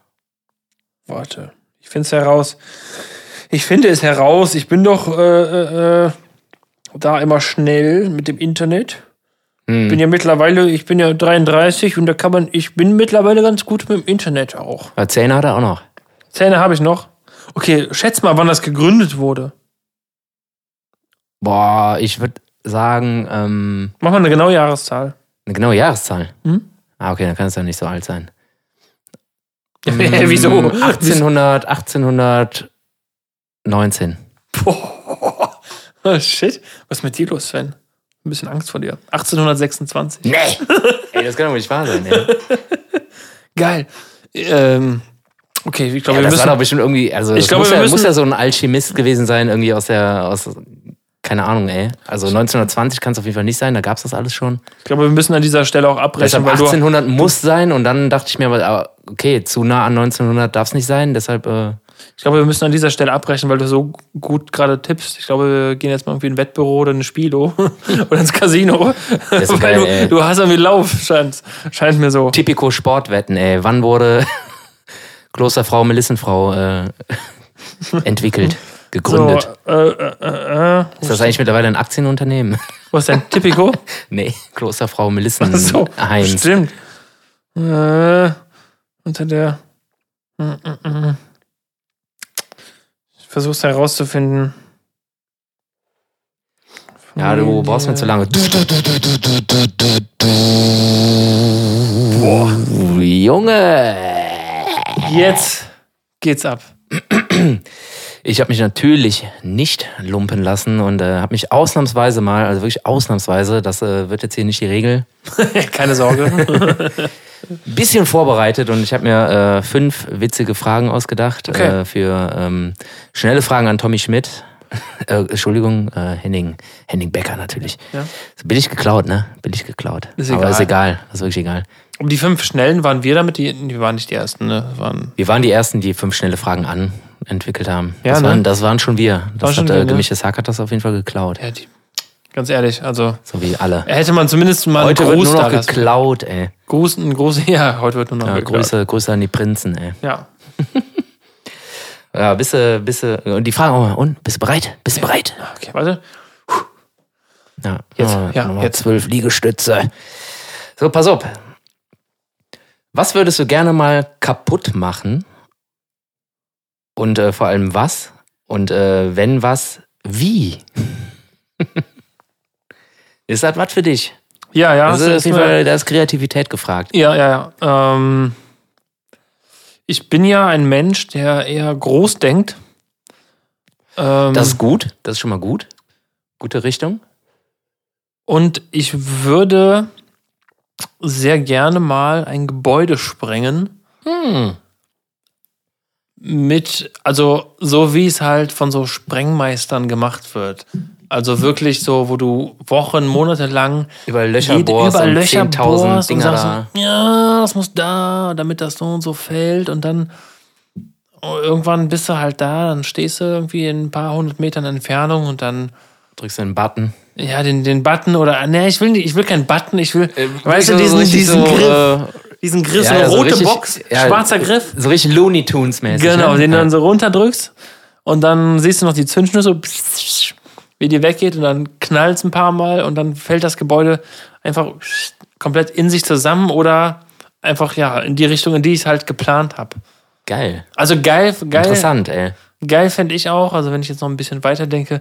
S1: äh,
S2: Warte, ich finde es heraus. Ich finde es heraus. Ich bin doch äh, äh, äh, da immer schnell mit dem
S1: äh,
S2: Internet.
S1: hm.
S2: bin ja mittlerweile, ich bin ja 33 und da kann man, ich bin mittlerweile ganz gut mit dem Internet auch.
S1: Aber Zähne hat er auch noch.
S2: Zähne habe ich noch. Okay, schätz mal, wann das gegründet wurde.
S1: Boah, ich würde sagen, ähm,
S2: Mach mal eine genaue Jahreszahl.
S1: eine genaue Jahreszahl.
S2: Hm?
S1: Ah, okay, dann kann es doch nicht so alt sein.
S2: Hä, Wieso?
S1: Mm, 1800, 1819.
S2: Boah. Oh, shit. Was ist mit dir los, Sven? Ein bisschen Angst vor dir. 1826.
S1: Nee! Ey, das kann doch nicht wahr sein, ey.
S2: Geil. Ähm, Okay, ich
S1: Ja,
S2: glaube, wir
S1: das war
S2: müssen.
S1: doch bestimmt irgendwie, also
S2: Ich
S1: das
S2: glaube,
S1: muss,
S2: wir
S1: ja,
S2: müssen-
S1: muss ja so ein Alchemist gewesen sein, irgendwie aus der, aus, keine Ahnung, ey. Also 1920 kann es auf jeden Fall nicht sein, da gab's das alles schon.
S2: Ich glaube, wir müssen an dieser Stelle auch abbrechen,
S1: Deshalb
S2: weil du.
S1: 1800 muss sein und dann dachte ich mir, aber, ah, okay, zu nah an 1900 darf's nicht sein, deshalb, äh,
S2: Ich glaube, wir müssen an dieser Stelle abbrechen, weil du so gut gerade tippst. Ich glaube, wir gehen jetzt mal irgendwie in ein Wettbüro oder in ein Spielo oder ins Casino.
S1: ist
S2: weil
S1: geil, ey.
S2: du, du hast irgendwie Lauf, scheint, scheint mir so.
S1: typico Sportwetten, ey. Wann wurde Klosterfrau, Melissenfrau äh, entwickelt,
S2: so
S1: gegründet?
S2: äh, äh, äh, äh.
S1: Ist das eigentlich mittlerweile ein Aktienunternehmen?
S2: Was denn? Typico?
S1: nee, Klosterfrau, Melissen,
S2: Ach so,
S1: Heinz.
S2: Stimmt. Äh, unter der. mm, Ich versuch's herauszufinden.
S1: Ja, du brauchst mir zu lange. Boah. Junge!
S2: Jetzt geht's ab.
S1: Ich habe mich natürlich nicht lumpen lassen und äh, habe mich ausnahmsweise mal, also wirklich ausnahmsweise, das äh, wird jetzt hier nicht die Regel,
S2: Keine Sorge.
S1: ein bisschen vorbereitet und ich habe mir äh, fünf witzige Fragen ausgedacht
S2: Okay.
S1: äh, für ähm, schnelle Fragen an Tommy Schmidt. Äh, Entschuldigung, äh, Henning, Henning Becker natürlich.
S2: Ja.
S1: Billig geklaut, ne? Billig geklaut.
S2: Ist
S1: Aber
S2: egal.
S1: ist egal, ist wirklich egal.
S2: um die fünf Schnellen waren wir damit, die, die waren nicht die ersten, ne? Das Waren,
S1: Wir waren die Ersten, die fünf schnelle Fragen anentwickelt haben.
S2: Ja,
S1: das,
S2: ne?
S1: waren, das waren schon wir. Das
S2: War schon
S1: hat,
S2: wir,
S1: äh,
S2: ne?
S1: Gemischtes Hack hat das auf jeden Fall geklaut.
S2: ja, die, ganz ehrlich, also
S1: So wie alle.
S2: hätte man zumindest mal
S1: Heute
S2: einen
S1: wird
S2: Gruß
S1: nur noch
S2: da lassen.
S1: geklaut, ey.
S2: Gruß, einen Gruß, ja, heute wird nur noch
S1: Ja,
S2: geklaut.
S1: Grüße, Grüße an die Prinzen, ey.
S2: Ja.
S1: Ja, bist du, bist du, und die fragen auch mal, und, bist du bereit? Bist du bereit?
S2: Okay, warte.
S1: Ja,
S2: Jetzt,
S1: nochmal-
S2: ja,
S1: nochmal
S2: jetzt.
S1: Zwölf Liegestütze. So, pass auf. Was würdest du gerne mal kaputt machen? Und äh, vor allem was? Und äh, wenn was, wie? ist das was für dich?
S2: Ja, ja.
S1: Also,
S2: es
S1: auf jeden
S2: mir-
S1: Fall, da ist Kreativität gefragt.
S2: Ja, ja, ja. Ähm, ich bin ja ein Mensch, der eher groß denkt. Ähm,
S1: Das ist gut, das ist schon mal gut. Gute Richtung.
S2: und ich würde sehr gerne mal ein Gebäude sprengen
S1: Hm.
S2: mit, also so wie es halt von so Sprengmeistern gemacht wird. Also wirklich so, wo du Wochen, Monate lang
S1: Über Löcher
S2: jede-
S1: bohrst
S2: überall
S1: und
S2: Löcher
S1: 10.000
S2: bohrst und
S1: Dinger
S2: sagst,
S1: da.
S2: so, ja, das muss da, damit das so und so fällt und dann oh, irgendwann bist du halt da, dann stehst du irgendwie in ein paar hundert Metern Entfernung und dann
S1: Drückst du einen Button.
S2: ja, den, den Button oder nee, ich will nicht, ich will keinen Button, ich will weißt du,
S1: so
S2: diesen,
S1: richtig
S2: diesen
S1: Äh, so,
S2: Griff,
S1: äh,
S2: diesen Griff, so
S1: ja,
S2: eine
S1: so
S2: rote
S1: richtig-
S2: Box,
S1: ja,
S2: schwarzer Griff.
S1: So richtig Looney Tunes-mäßig.
S2: Genau,
S1: ne?
S2: den du dann so runterdrückst und dann siehst du noch die Zündschnur so, wie die weggeht und dann knallt es ein paar Mal und dann fällt das Gebäude einfach komplett in sich zusammen oder einfach ja in die Richtung, in die ich es halt geplant habe.
S1: Geil.
S2: Also geil, geil,
S1: Interessant, ey.
S2: geil fände ich auch. Also wenn ich jetzt noch ein bisschen weiter denke,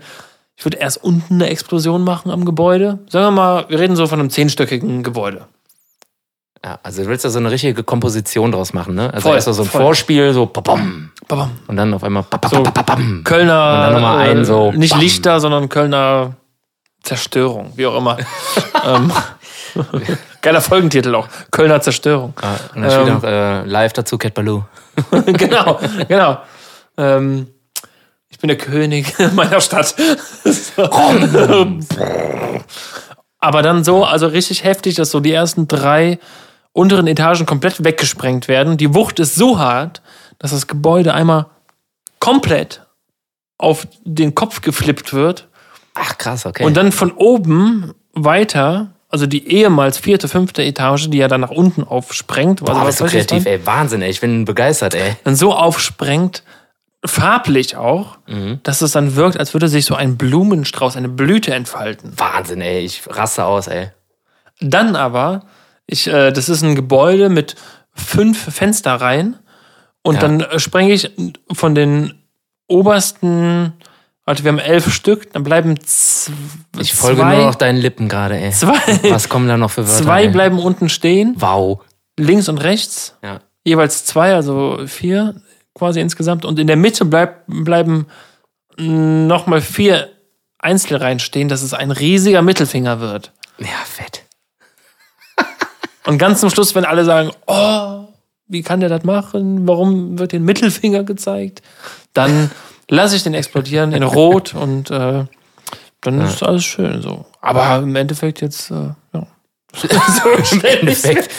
S2: ich würde erst unten eine Explosion machen am Gebäude. Sagen wir mal, wir reden so von einem zehnstöckigen Gebäude.
S1: Ja, also du willst da so eine richtige Komposition draus machen, ne? Also
S2: Voll,
S1: erst mal so ein
S2: voll.
S1: Vorspiel, so papam.
S2: Babam.
S1: Und dann auf einmal papam,
S2: So.
S1: papam.
S2: Kölner. äh,
S1: Und dann noch mal einen so,
S2: Nicht
S1: bam.
S2: Lichter, sondern Kölner Zerstörung, wie auch immer. ähm, geiler Folgentitel auch. Kölner Zerstörung.
S1: Ja, Und dann spielt
S2: Ähm.
S1: noch äh, live dazu Cat Baloo.
S2: genau, genau. Ähm, ich bin der König meiner Stadt. Aber dann so, also richtig heftig, dass so die ersten drei unteren Etagen komplett weggesprengt werden. Die Wucht ist so hart, dass das Gebäude einmal komplett auf den Kopf geflippt wird.
S1: Ach krass, okay.
S2: Und dann von oben weiter, also die ehemals vierte, fünfte Etage, die ja dann nach unten aufsprengt.
S1: Boah,
S2: also
S1: bist du
S2: weiß ich
S1: kreativ,
S2: dann?
S1: ey. Wahnsinn, ey. Ich bin begeistert, ey.
S2: dann so aufsprengt, farblich auch,
S1: Mhm.
S2: dass es dann wirkt, als würde sich so ein Blumenstrauß, eine Blüte entfalten.
S1: Wahnsinn, ey. Ich raste aus, ey.
S2: Dann aber, ich, äh, das ist ein Gebäude mit fünf Fensterreihen und
S1: Ja.
S2: dann äh, spreng ich von den obersten, also wir haben elf Stück, dann bleiben zw
S1: Ich folge
S2: zwei,
S1: nur noch deinen Lippen gerade, ey.
S2: zwei,
S1: Was kommen da noch für Wörter?
S2: zwei
S1: ey?
S2: bleiben unten stehen.
S1: Wow.
S2: links und rechts
S1: Ja.
S2: jeweils zwei, also vier quasi insgesamt. Und in der Mitte bleib, bleiben nochmal vier Einzelreihen stehen, dass es ein riesiger Mittelfinger wird.
S1: Ja, fett.
S2: Und ganz zum Schluss, wenn alle sagen, oh, wie kann der das machen? Warum wird den Mittelfinger gezeigt? Dann lasse ich den explodieren in Rot und äh, dann ist alles schön so. Aber im Endeffekt jetzt, äh, ja. so
S1: Im Endeffekt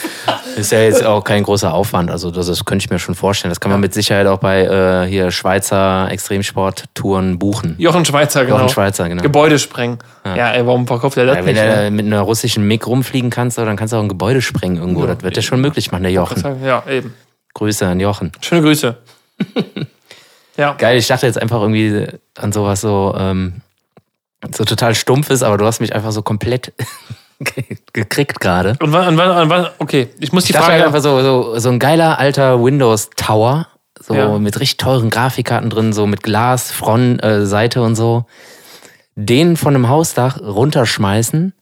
S1: ist ja jetzt auch kein großer Aufwand. Also das, das könnte ich mir schon vorstellen. Das kann man mit Sicherheit auch bei äh, hier Schweizer Extremsporttouren buchen.
S2: Jochen Schweizer, genau.
S1: Jochen Schweizer, genau.
S2: Gebäude sprengen. Ja, ey, warum verkauft er das
S1: Ja, wenn
S2: nicht? ne?
S1: du mit einer russischen MiG rumfliegen kannst, dann kannst du auch ein Gebäude sprengen irgendwo. das wird ja schon möglich machen, der Jochen.
S2: Ja, eben.
S1: Grüße an Jochen.
S2: Schöne Grüße. ja.
S1: Geil, ich dachte jetzt einfach irgendwie an sowas so, ähm, so total stumpf ist, aber du hast mich einfach so komplett ge- gekriegt gerade.
S2: Und wann, an wann, an wann, okay, ich muss die
S1: Ich dachte halt
S2: Frage.
S1: einfach so, so, so ein geiler alter Windows-Tower, so
S2: Ja.
S1: mit richtig teuren Grafikkarten drin, so mit Glas, Front, äh, Seite und so. Den von einem Hausdach runterschmeißen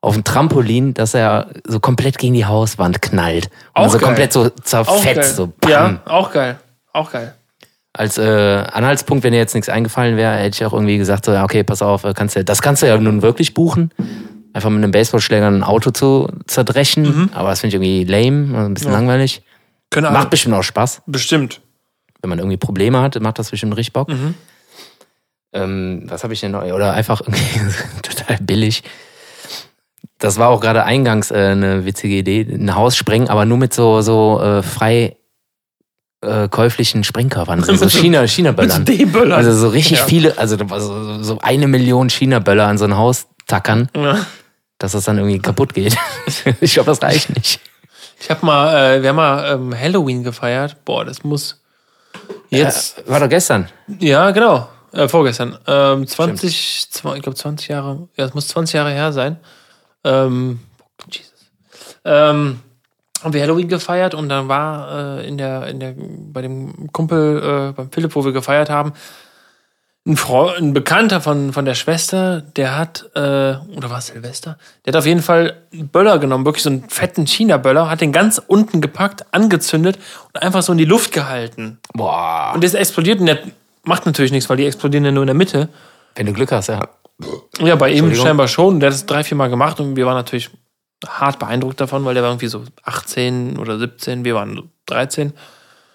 S1: auf ein Trampolin, dass er so komplett gegen die Hauswand knallt. Und
S2: Auch
S1: so
S2: geil.
S1: komplett so
S2: auch geil.
S1: zerfetzt. So bam.
S2: ja, auch geil. Auch geil.
S1: Als äh, Anhaltspunkt, wenn dir jetzt nichts eingefallen wäre, hätte ich auch irgendwie gesagt, so, ja, okay, pass auf, äh, kannst du, das kannst du ja nun wirklich buchen. Einfach mit einem Baseballschläger ein Auto zu zerdreschen.
S2: Mhm.
S1: Aber das finde ich irgendwie lame, also ein bisschen langweilig.
S2: Können
S1: Macht
S2: alle,
S1: bestimmt auch Spaß.
S2: bestimmt.
S1: Wenn man irgendwie Probleme hat, macht das bestimmt richtig Bock.
S2: Mhm.
S1: Ähm, was habe ich denn noch? Oder einfach irgendwie total billig. Das war auch gerade eingangs äh, eine witzige Idee. Ein Haus sprengen, aber nur mit so, so äh, frei äh, käuflichen Sprengkörpern. Also So, so China, China-Böllern.
S2: Mit D-Böllern.
S1: Also so richtig
S2: Ja.
S1: viele, also so, so eine Million China-Böller an so ein Haus tackern,
S2: Ja.
S1: dass das dann irgendwie kaputt geht. ich glaube, das reicht nicht.
S2: Ich hab mal, äh, wir haben mal ähm, Halloween gefeiert. Boah, das muss jetzt.
S1: Äh, war doch gestern.
S2: Ja, genau. Äh, vorgestern. Ähm, 20, zwa- ich glaube 20 Jahre. Ja, es muss 20 Jahre her sein. Ähm, Jesus. Ähm, haben wir Halloween gefeiert und dann war äh, in der, in der, bei dem Kumpel, äh, beim Philipp, wo wir gefeiert haben, ein, Fre ein Bekannter von, von der Schwester, der hat, äh, oder war es Silvester? Der hat auf jeden Fall einen Böller genommen, wirklich so einen fetten China-Böller, hat den ganz unten gepackt, angezündet und einfach so in die Luft gehalten.
S1: Boah.
S2: Und das explodiert und der macht natürlich nichts, weil die explodieren ja nur in der Mitte.
S1: Wenn du Glück hast, ja.
S2: Ja, bei ihm
S1: Entschuldigung.
S2: scheinbar schon. Der hat es drei, vier Mal gemacht und wir waren natürlich hart beeindruckt davon, weil der war irgendwie so 18 oder 17, wir waren so 13.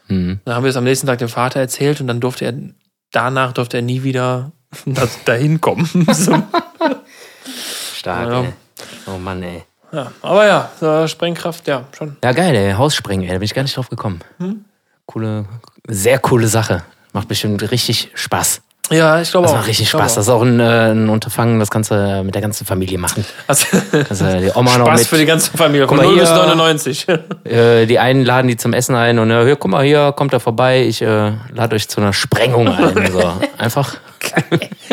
S1: Mhm.
S2: Dann haben wir es am nächsten Tag dem Vater erzählt und dann durfte er, danach durfte er nie wieder das- dahin kommen. so.
S1: Stark,
S2: Ja.
S1: ey. Oh Mann, ey.
S2: ja, aber ja, äh, Sprengkraft, ja, schon.
S1: Ja, geil, ey. Hausspringen, ey. Da bin ich gar nicht drauf gekommen.
S2: Hm?
S1: Coole, sehr coole Sache. Macht bestimmt richtig Spaß.
S2: Ja, ich glaube
S1: Das
S2: auch.
S1: macht richtig
S2: Ich glaube
S1: Spaß.
S2: auch.
S1: Das ist auch ein, äh, ein Unterfangen, das kannst du äh, mit der ganzen Familie machen.
S2: Also,
S1: Kannst du die Oma noch
S2: Spaß
S1: mit.
S2: für die ganze Familie. Von
S1: Guck mal
S2: 0 bis
S1: hier.
S2: 99.
S1: Äh, die einen laden die zum Essen ein und äh, hier, guck mal hier, kommt da vorbei, ich äh, lade euch zu einer Sprengung ein. So. Einfach.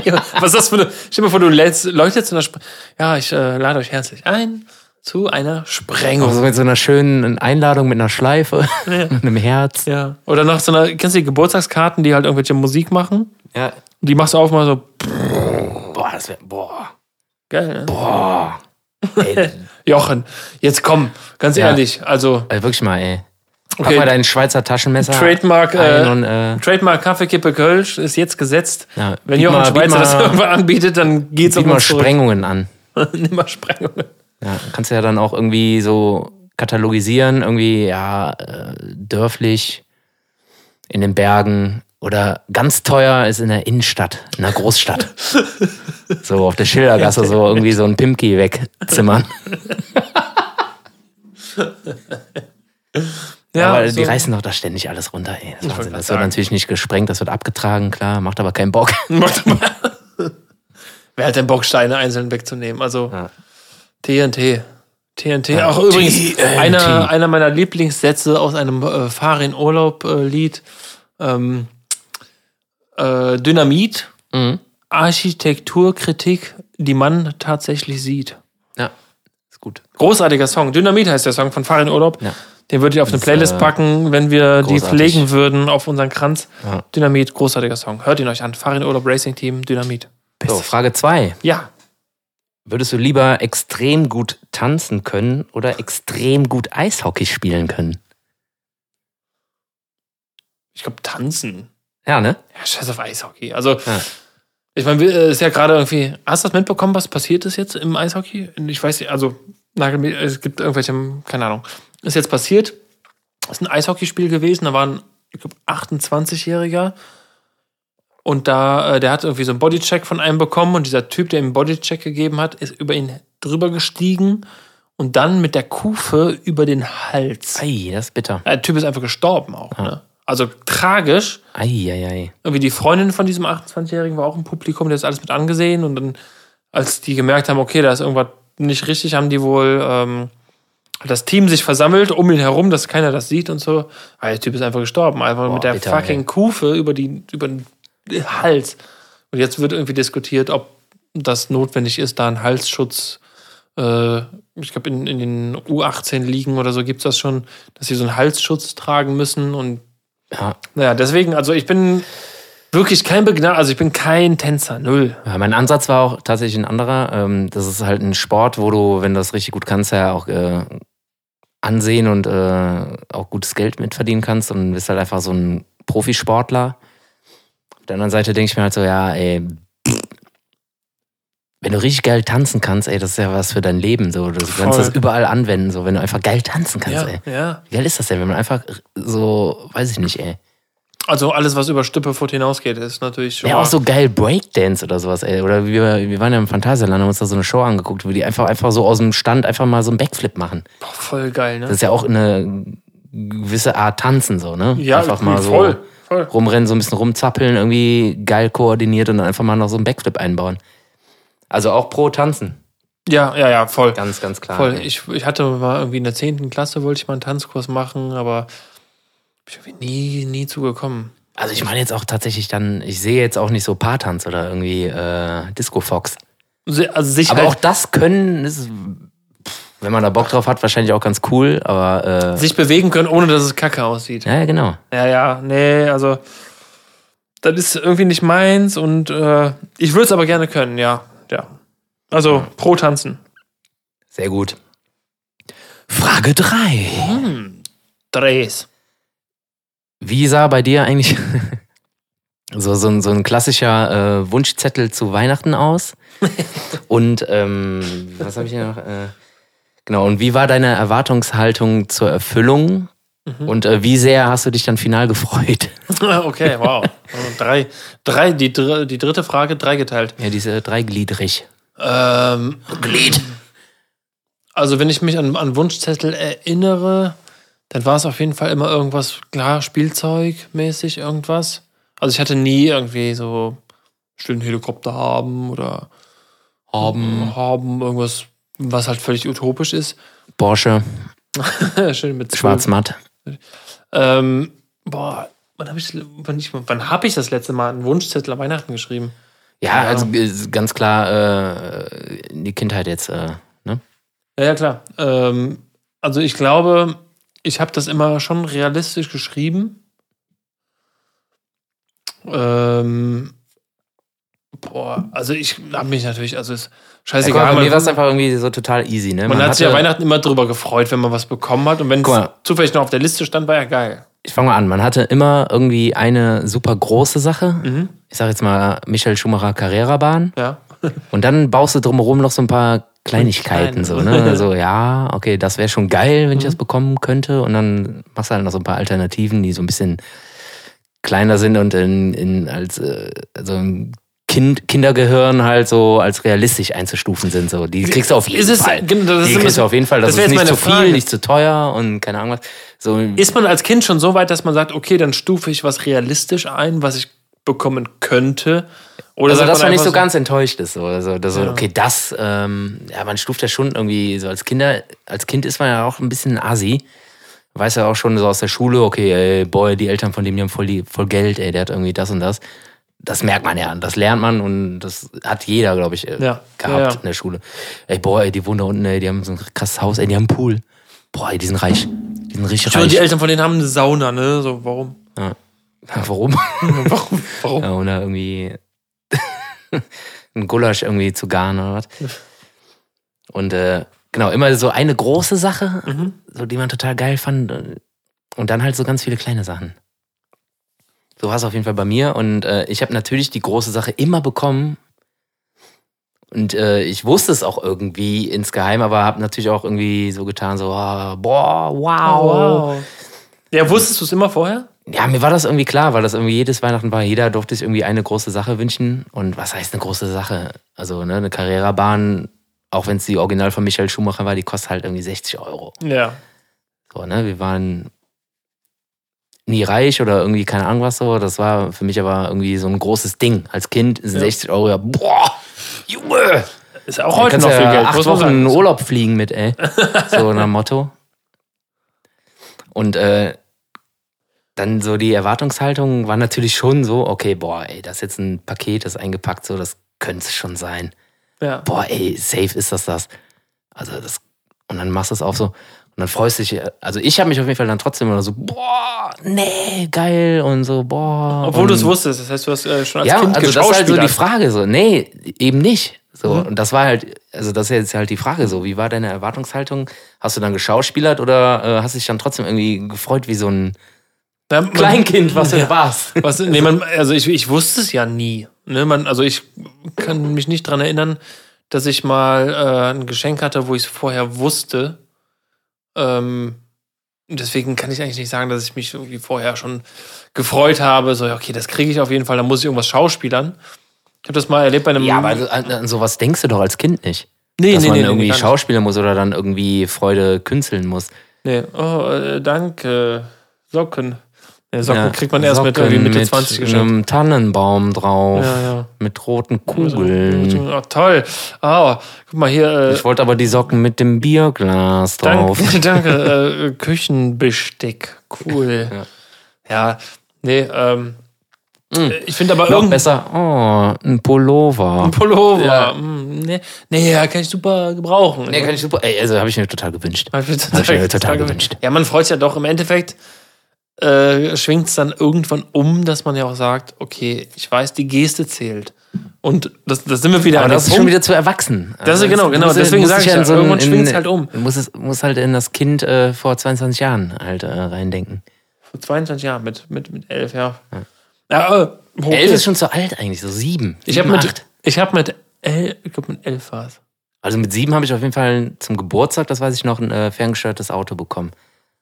S2: Ja, was ist das für eine. Stell dir mal vor, du lädst Leute zu einer Spre Ja, ich äh, lade euch herzlich ein zu einer Sprengung.
S1: Also mit so einer schönen Einladung, mit einer Schleife, mit einem Herz.
S2: Ja. Oder nach so einer, kennst du die Geburtstagskarten, die halt irgendwelche Musik machen?
S1: Ja.
S2: Die machst du auf mal so,
S1: Boah, das wäre. Boah.
S2: geil, ne?
S1: Boah. Ey,
S2: Jochen, jetzt komm, ganz
S1: Ja.
S2: ehrlich, also
S1: Ey, wirklich mal, ey. Pack
S2: Okay.
S1: mal dein Schweizer Taschenmesser.
S2: Trademark,
S1: ein
S2: äh,
S1: und, äh,
S2: Trademark Kaffeekippe Kölsch ist jetzt gesetzt.
S1: Ja,
S2: Wenn
S1: biet
S2: Jochen
S1: mal- biet
S2: Schweizer das
S1: mal-
S2: irgendwann anbietet, dann geht's
S1: zieh
S2: auf
S1: mal
S2: uns zurück.
S1: Sprengungen an.
S2: Nimm mal Sprengungen.
S1: Ja, kannst du ja dann auch irgendwie so katalogisieren, irgendwie, ja, äh, dörflich, in den Bergen oder ganz teuer ist in der Innenstadt, in der Großstadt. so auf der Schildergasse so irgendwie so ein Pimki wegzimmern.
S2: Ja,
S1: aber die
S2: so.
S1: reißen doch da ständig alles runter, ey. Das, ist Wahnsinn.
S2: grad
S1: das wird
S2: sagen.
S1: natürlich nicht gesprengt, das wird abgetragen, klar, macht aber keinen Bock.
S2: Wer hat denn Bock, Steine einzeln wegzunehmen? Also
S1: Ja.
S2: TNT. TNT, auch übrigens einer, einer meiner Lieblingssätze aus einem äh, Fahr in Urlaub-Lied. ähm, äh, Dynamit,
S1: Mhm.
S2: Architekturkritik, die man tatsächlich sieht.
S1: Ja, ist gut.
S2: Großartiger Song. Dynamit heißt der Song von Fahr in Urlaub.
S1: Ja.
S2: Den würde ich auf eine
S1: ist,
S2: Playlist
S1: äh,
S2: packen, wenn wir die
S1: großartig.
S2: pflegen würden auf unseren Kranz.
S1: Ja.
S2: Dynamit, großartiger Song. Hört ihn euch an. Fahr in Urlaub Racing Team, Dynamit.
S1: So, Frage zwei
S2: Ja.
S1: Würdest du lieber extrem gut tanzen können oder extrem gut Eishockey spielen können?
S2: Ich glaube, tanzen.
S1: Ja, ne?
S2: Ja, scheiß auf Eishockey. Also,
S1: Ja.
S2: ich meine, wir- äh, ist ja gerade irgendwie. Hast du das mitbekommen, was passiert ist jetzt im Eishockey? Ich weiß nicht, also, nagel mich- es gibt irgendwelche, keine Ahnung. Ist jetzt passiert. ist ein Eishockeyspiel gewesen, da war ein, ich glaube, 28-Jähriger. Und da, äh, der hat irgendwie so einen Bodycheck von einem bekommen und dieser Typ, der ihm einen Bodycheck gegeben hat, ist über ihn drüber gestiegen und dann mit der Kufe über den Hals.
S1: Ei, das ist bitter.
S2: Der Typ ist einfach gestorben auch, ne? Also tragisch.
S1: Ei, ei, ei.
S2: Irgendwie die Freundin von diesem 28-Jährigen war auch im Publikum, der ist alles mit angesehen und dann, als die gemerkt haben, okay, da ist irgendwas nicht richtig, haben die wohl ähm, das Team sich versammelt um ihn herum, dass keiner das sieht und so. Ah, der Typ ist einfach gestorben, einfach mit der
S1: bitter,
S2: fucking
S1: ey.
S2: Kufe über, die, über den Hals. Und jetzt wird irgendwie diskutiert, ob das notwendig ist, da einen Halsschutz. Äh, ich glaube, in, in den U18-Ligen oder so gibt es das schon, dass sie so einen Halsschutz tragen müssen und
S1: Ja.
S2: naja, deswegen, also ich bin wirklich kein Begna also ich bin kein Tänzer, null.
S1: Ja, mein Ansatz war auch tatsächlich ein anderer. Ähm, das ist halt ein Sport, wo du, wenn du das richtig gut kannst, ja auch äh, ansehen und äh, auch gutes Geld mitverdienen kannst und bist halt einfach so ein Profisportler. Auf der anderen Seite denke ich mir halt so, ja, ey, pff, wenn du richtig geil tanzen kannst, ey, das ist ja was für dein Leben. So. Du kannst
S2: Voll.
S1: das überall anwenden, so wenn du einfach geil tanzen kannst,
S2: ja,
S1: ey.
S2: ja.
S1: Wie geil ist das denn, wenn man einfach so, weiß ich nicht, ey.
S2: Also alles, was über Stüppefoot hinausgeht, ist natürlich schon.
S1: Ja, auch so geil Breakdance oder sowas, ey. Oder wir, wir waren ja im Phantasialand und haben uns da so eine Show angeguckt, wo die einfach, einfach so aus dem Stand einfach mal so einen Backflip machen.
S2: boah, voll geil,
S1: Das
S2: ne?
S1: ist ja auch eine gewisse Art Tanzen, so, ne?
S2: Ja, mhm,
S1: einfach mal so
S2: voll, voll.
S1: rumrennen, so ein bisschen rumzappeln, irgendwie geil koordiniert und dann einfach mal noch so einen Backflip einbauen. Also auch pro Tanzen.
S2: Ja, ja, ja, voll.
S1: Ganz, ganz klar.
S2: voll.
S1: ey.
S2: Ich, ich hatte mal irgendwie in der 10. Klasse wollte ich mal einen Tanzkurs machen, aber bin ich irgendwie nie, nie zugekommen.
S1: also ich meine jetzt auch tatsächlich dann, ich sehe jetzt auch nicht so Paartanz oder irgendwie äh, Disco Fox.
S2: Se- Also sich
S1: Aber
S2: halt,
S1: auch das können, ist, pff, wenn man da Bock drauf hat, wahrscheinlich auch ganz cool, aber äh,
S2: sich bewegen können, ohne dass es kacke aussieht.
S1: Ja, ja, genau.
S2: Ja, ja, nee, also das ist irgendwie nicht meins und äh, ich würde es aber gerne können, ja, ja. Also pro Tanzen.
S1: Sehr gut. Frage 3.
S2: Hm, Drehs.
S1: Wie sah bei dir eigentlich so, so, ein, so ein klassischer äh, Wunschzettel zu Weihnachten aus? Und ähm, was habe ich hier noch? Äh, genau, und wie war deine Erwartungshaltung zur Erfüllung? Und äh, wie sehr hast du dich dann final gefreut?
S2: okay, wow. Also drei, drei, die, dr- die dritte Frage dreigeteilt.
S1: Ja, diese dreigliedrig.
S2: Ähm, Glied. Also wenn ich mich an, an Wunschzettel erinnere, dann war es auf jeden Fall immer irgendwas, klar, Spielzeugmäßig irgendwas. Also ich hatte nie irgendwie so schönen Helikopter haben oder haben, haben irgendwas, was halt völlig utopisch ist.
S1: Porsche,
S2: Schön mit
S1: schwarz-matt.
S2: Ähm, boah, wann habe ich, wann ich, wann hab ich das letzte Mal einen Wunschzettel an Weihnachten geschrieben?
S1: Ja,
S2: Ja.
S1: also äh, ganz klar äh, in die Kindheit jetzt. Äh, ne?
S2: Ja, ja, klar. Ähm, also ich glaube, ich habe das immer schon realistisch geschrieben. Ähm, boah, also ich habe mich natürlich, also ist
S1: Ja,
S2: scheißegal.
S1: guck mal, bei mir
S2: man,
S1: war es einfach irgendwie so total easy. Ne?
S2: man hat sich ja
S1: hatte-
S2: Weihnachten immer drüber gefreut, wenn man was bekommen hat. Und wenn
S1: Guck
S2: es
S1: mal.
S2: zufällig noch auf der Liste stand, war ja geil.
S1: ich fange mal an. Man hatte immer irgendwie eine super große Sache. Ich sage jetzt mal Michael Schumacher Carrera Bahn.
S2: Ja.
S1: Und dann baust du drumherum noch so ein paar Kleinigkeiten.
S2: Kleine. Mhm.
S1: So, ne? so, ja, okay, das wäre schon geil, wenn ich das bekommen könnte. Und dann machst du halt noch so ein paar Alternativen, die so ein bisschen kleiner sind und in, in als äh, also im kind, Kindergehirn halt so als realistisch einzustufen sind. So. Die kriegst du auf jeden
S2: Ist es,
S1: Fall.
S2: genau, das
S1: Die
S2: ist, immer
S1: kriegst du
S2: so-
S1: auf jeden Fall.
S2: das
S1: Das,
S2: wär
S1: ist
S2: jetzt
S1: nicht zu
S2: meine
S1: viel,
S2: Frage.
S1: nicht zu teuer und keine Ahnung was. So,
S2: ist man als Kind schon so weit, dass man sagt, okay, dann stufe ich was realistisch ein, was ich bekommen könnte? Oder
S1: Also,
S2: sagt
S1: dass man nicht
S2: einfach
S1: so ganz enttäuscht ist. So, also, dass so, okay, das, ähm, ja, man stuft ja schon irgendwie so als Kinder, als Kind ist man ja auch ein bisschen ein Assi. Weiß ja auch schon so aus der Schule, okay, ey, boy, die Eltern von dem, die haben voll, die, voll Geld, ey, der hat irgendwie das und das. Das merkt man ja, und das lernt man und das hat jeder, glaube ich, äh,
S2: Ja,
S1: gehabt
S2: ja, ja.
S1: in der Schule. Ey, boah, ey, die wohnen da unten, ey, die haben so ein krasses Haus, ey, die haben einen Pool. Boah, ey, die sind reich. Die sind richtig
S2: Schon
S1: reich.
S2: die Eltern von denen haben eine Sauna, ne? So, warum?
S1: Warum?
S2: Warum? Warum?
S1: Ja, oder Äh, irgendwie ein Gulasch irgendwie zu garen oder was. Und äh, genau, immer so eine große Sache, so die man total geil fand. äh, Und dann halt so ganz viele kleine Sachen. So war es auf jeden Fall bei mir. Und äh, ich habe natürlich die große Sache immer bekommen. Und äh, ich wusste es auch irgendwie
S2: Oh,
S1: insgeheim, aber habe natürlich auch irgendwie so getan, so, ah, boah, wow.
S2: Ja, wusstest du es immer vorher?
S1: Ja, mir war das irgendwie klar, weil das irgendwie jedes Weihnachten war. Jeder durfte sich irgendwie eine große Sache wünschen. Und was heißt eine große Sache? Also, ne, eine Carrera-Bahn, auch wenn es die Original von Michael Schumacher war, die kostet halt irgendwie 60 Euro.
S2: Ja.
S1: So, ne, wir waren nie reich oder irgendwie keine Ahnung was so. Das war für mich aber irgendwie so ein großes Ding. Als Kind sind
S2: Ja.
S1: 60 Euro ja, boah, Junge!
S2: Ist auch
S1: Du
S2: heute
S1: kannst
S2: noch
S1: ja
S2: viel Geld.
S1: acht
S2: muss man
S1: Wochen
S2: sagen.
S1: in den Urlaub fliegen mit, ey. So nach Motto. Und äh, dann so die Erwartungshaltung war natürlich schon so, okay, boah, ey, das ist jetzt ein Paket, das ist eingepackt, so, das könnte es schon sein.
S2: Ja.
S1: Boah, ey, safe ist das das. Also das, und dann machst du es auch so. Und dann freust du dich, also ich habe mich auf jeden Fall dann trotzdem immer so, boah, nee, geil und so, boah.
S2: Obwohl
S1: und,
S2: du es wusstest, das heißt, du hast äh, schon als
S1: ja,
S2: Kind
S1: also das ist halt so die
S2: geschauspielert. Mhm.
S1: Frage so. Nee, eben nicht. So, und das war halt, also das ist jetzt halt die Frage so, wie war deine Erwartungshaltung? Hast du dann geschauspielert oder äh, hast dich dann trotzdem irgendwie gefreut wie so ein
S2: Ja, man-
S1: Kleinkind, was du warst?
S2: Was, nee, man, also ich, ich wusste es ja nie. Ne? Man, also ich kann mich nicht dran erinnern, dass ich mal äh, ein Geschenk hatte, wo ich es vorher wusste. Ähm, deswegen kann ich eigentlich nicht sagen, dass ich mich irgendwie vorher schon gefreut habe. So, ja, okay, das kriege ich auf jeden Fall, da muss ich irgendwas schauspielern. Ich habe das mal erlebt bei einem.
S1: Ja, aber also, an, an sowas denkst du doch als Kind nicht.
S2: nee,
S1: Dass
S2: nee,
S1: man
S2: nee, nee,
S1: irgendwie
S2: gar nicht.
S1: schauspielen muss oder dann irgendwie Freude künzeln muss.
S2: Nee. Oh, äh, danke. Socken. Nee, Socken
S1: Ja,
S2: kriegt man erst mit
S1: Socken
S2: irgendwie Mitte 20
S1: mit
S2: geschenkt.
S1: einem Tannenbaum drauf,
S2: Ja, ja.
S1: mit roten Kugeln.
S2: Oh, toll. Oh, guck mal hier. Äh,
S1: Ich wollte aber die Socken mit dem Bierglas drauf.
S2: Danke, danke äh, Küchenbesteck. Cool. Ja, nee, ähm, äh, ich finde aber
S1: Hm. Noch
S2: irgendein
S1: besser, oh, ein Pullover.
S2: Pullover.
S1: Ja.
S2: mm, Nee, nee, ja, kann ich super gebrauchen.
S1: Nee, kann ich super. Ey, also habe ich mir total gewünscht.
S2: Hab ich mir
S1: Hab ich mir
S2: total,
S1: total gewünscht.
S2: Ja, man freut sich ja doch im Endeffekt. Äh, schwingt es dann irgendwann um, dass man ja auch sagt, okay, ich weiß, die Geste zählt. Und das, das sind wir wieder
S1: Aber
S2: an
S1: das
S2: dem
S1: ist schon
S2: Punkt.
S1: wieder zu erwachsen. Also,
S2: Das ist- genau,
S1: du
S2: genau,
S1: musst-
S2: deswegen
S1: musst
S2: sag
S1: dich
S2: ich ja,
S1: in ein-
S2: irgendwann
S1: in-
S2: schwingt's halt um.
S1: Muss, es, muss halt in das Kind äh, vor 22 Jahren halt äh, reindenken.
S2: Vor 22 Jahren mit, mit, mit 11, ja. ja. äh, okay.
S1: Elf ist schon zu alt eigentlich, so sieben.
S2: Ich habe
S1: Sieben,
S2: mit,
S1: acht.
S2: ich hab mit, el, ich glaub mit elf war
S1: Also mit sieben habe ich auf jeden Fall zum Geburtstag, das weiß ich noch, ein äh, ferngesteuertes Auto bekommen.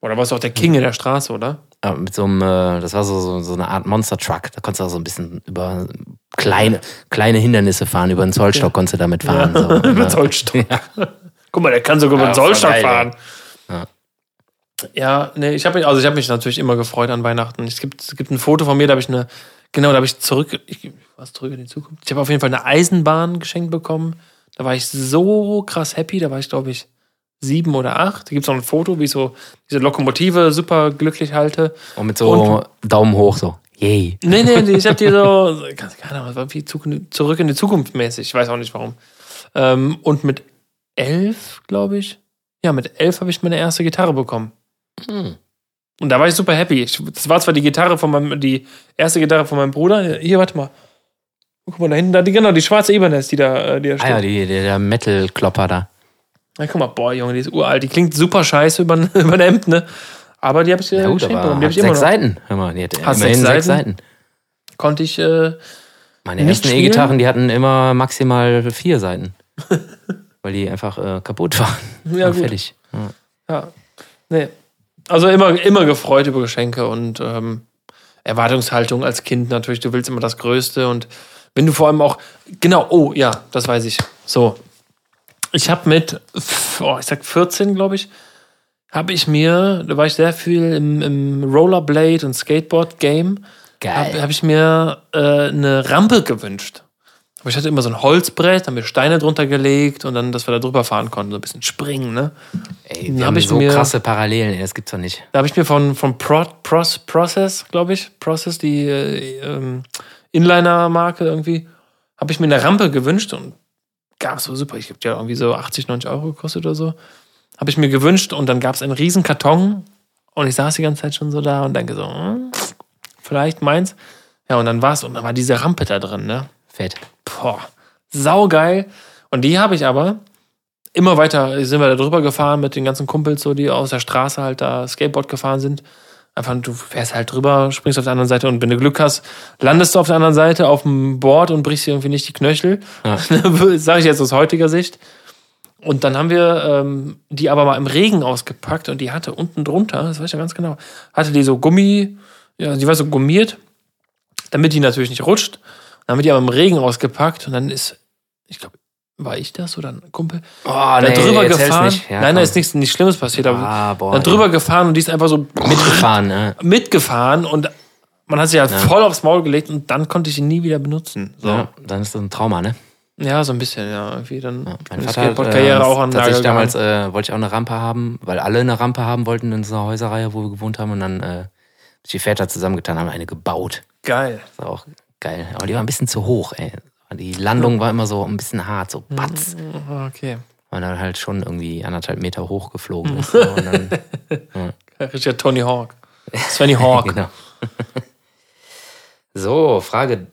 S2: Oder warst du auch der King in der Straße, oder?
S1: Äh, mit so einem, äh, das war so, so, so eine Art Monster Truck. Da konntest du auch so ein bisschen über kleine, kleine Hindernisse fahren. Über den Zollstock konntest du damit fahren. So,
S2: Mit
S1: ne?
S2: Zollstock. Guck mal, der kann sogar
S1: Ja,
S2: mit Zollstock
S1: voll geil,
S2: fahren. Ja, nee, ich habe mich, also ich habe mich natürlich immer gefreut an Weihnachten. Es gibt, es gibt ein Foto von mir, da habe ich eine, genau, da habe ich zurück, ich, was zurück in die Zukunft. Ich habe auf jeden Fall eine Eisenbahn geschenkt bekommen. Da war ich so krass happy. Da war ich, glaube ich, sieben oder acht. Da gibt es noch ein Foto, wie ich so diese Lokomotive super glücklich halte.
S1: Und mit so Daumen hoch so. Yay.
S2: Nee, nee, nee, ich hab die so, so, ganz- keine Ahnung, das war irgendwie Zuk- zurück in die Zukunft mäßig. Ich weiß auch nicht warum. Ähm, und mit elf, glaube ich, ja, mit elf habe ich meine erste Gitarre bekommen.
S1: Hm.
S2: Und da war ich super happy. Ich, das war zwar die Gitarre von meinem, die erste Gitarre von meinem Bruder. Hier, warte mal. Guck mal, da hinten, da, die, genau, die schwarze Ibanez, die da, äh, die da
S1: Ah
S2: steht.
S1: ja, die, der, der Metal-Klopper da.
S2: Na, guck mal, boah, Junge, die ist uralt. Die klingt super scheiße über, über ein Hemd, ne? Aber die habe ich äh,
S1: Ja, gut,
S2: geschenkt
S1: aber
S2: bekommen. Die
S1: hat
S2: habe ich immer
S1: sechs
S2: noch.
S1: Seiten. Hör mal, die hat
S2: Hast
S1: immerhin
S2: sechs
S1: sechs
S2: Seiten?
S1: Seiten.
S2: Konnte ich, äh,
S1: Meine
S2: Nicht
S1: ersten
S2: spielen?
S1: E-Gitarren, die hatten immer maximal vier Seiten. weil die einfach äh, kaputt waren.
S2: Ja,
S1: War
S2: gut.
S1: fertig. Ja.
S2: Ja. Nee. Also immer, immer gefreut über Geschenke und ähm, Erwartungshaltung als Kind natürlich. Du willst immer das Größte und wenn du vor allem auch. Genau, oh ja, das weiß ich. So. Ich habe mit, oh, ich sag 14, glaube ich, habe ich mir, da war ich sehr viel im, im Rollerblade und Skateboard-Game, habe
S1: Geil.
S2: hab ich mir äh, eine Rampe gewünscht. Aber ich hatte immer so ein Holzbrett, haben mir Steine drunter gelegt und dann, dass wir da drüber fahren konnten, so ein bisschen springen, ne?
S1: Ey,
S2: hab
S1: die haben
S2: ich
S1: so
S2: mir-
S1: krasse Parallelen. Ey, das gibt's doch nicht.
S2: Da habe ich mir von, von Pro, Pros, Process, glaube ich, Process, die äh, ähm, Inliner-Marke irgendwie, habe ich mir eine Rampe gewünscht und gab es so super. Ich glaube, die hat irgendwie so 80, 90 Euro gekostet oder so. Habe ich mir gewünscht und dann gab es einen riesen Karton und ich saß die ganze Zeit schon so da und denke so, hm, vielleicht meins. Ja, und dann war's und dann war diese Rampe da drin, ne?
S1: Fett.
S2: Boah, saugeil. Und die habe ich aber immer weiter, sind wir da drüber gefahren mit den ganzen Kumpels, so, die aus der Straße halt da Skateboard gefahren sind. Einfach, du fährst halt drüber, springst auf der anderen Seite und wenn du Glück hast, landest du auf der anderen Seite auf dem Board und brichst dir irgendwie nicht die Knöchel.
S1: Ja.
S2: Sag ich jetzt aus heutiger Sicht. Und dann haben wir ähm, die aber mal im Regen ausgepackt und die hatte unten drunter, das weiß ich ja ganz genau, hatte die so Gummi, ja, die war so gummiert, damit die natürlich nicht rutscht. Dann haben wir die aber im Regen ausgepackt und dann ist, ich glaube, war ich das oder ein Kumpel?
S1: Oh,
S2: da drüber
S1: erzähl's
S2: gefahren.
S1: nicht. Ja,
S2: nein, da
S1: komm.
S2: ist nichts, nichts Schlimmes passiert. Aber
S1: Ah, boah,
S2: da drüber
S1: ja.
S2: gefahren und die ist einfach so
S1: mitgefahren. Ne?
S2: mitgefahren und man hat sie halt voll aufs Maul gelegt und dann konnte ich sie nie wieder benutzen. So.
S1: Ja,
S2: Ja.
S1: dann ist das ein Trauma, ne?
S2: so ein bisschen, ja. Irgendwie dann
S1: Ja, mein
S2: meine
S1: Vater hat,
S2: Skateboard-Karriere
S1: äh,
S2: auch an den Nagel
S1: tatsächlich damals
S2: gehangen.
S1: äh, wollte ich auch eine Rampe haben, weil alle eine Rampe haben wollten in dieser Häuserreihe, wo wir gewohnt haben. Und dann äh, hab ich die Väter zusammengetan, haben eine gebaut.
S2: Geil.
S1: Das war auch geil. Aber die war ein bisschen zu hoch, ey. Die Landung war immer so ein bisschen hart, so batz.
S2: Ah, Okay.
S1: Weil er halt schon irgendwie anderthalb Meter hoch geflogen ist. So. Und dann,
S2: Richard Tony Hawk. Svenny Hawk.
S1: genau. so, Frage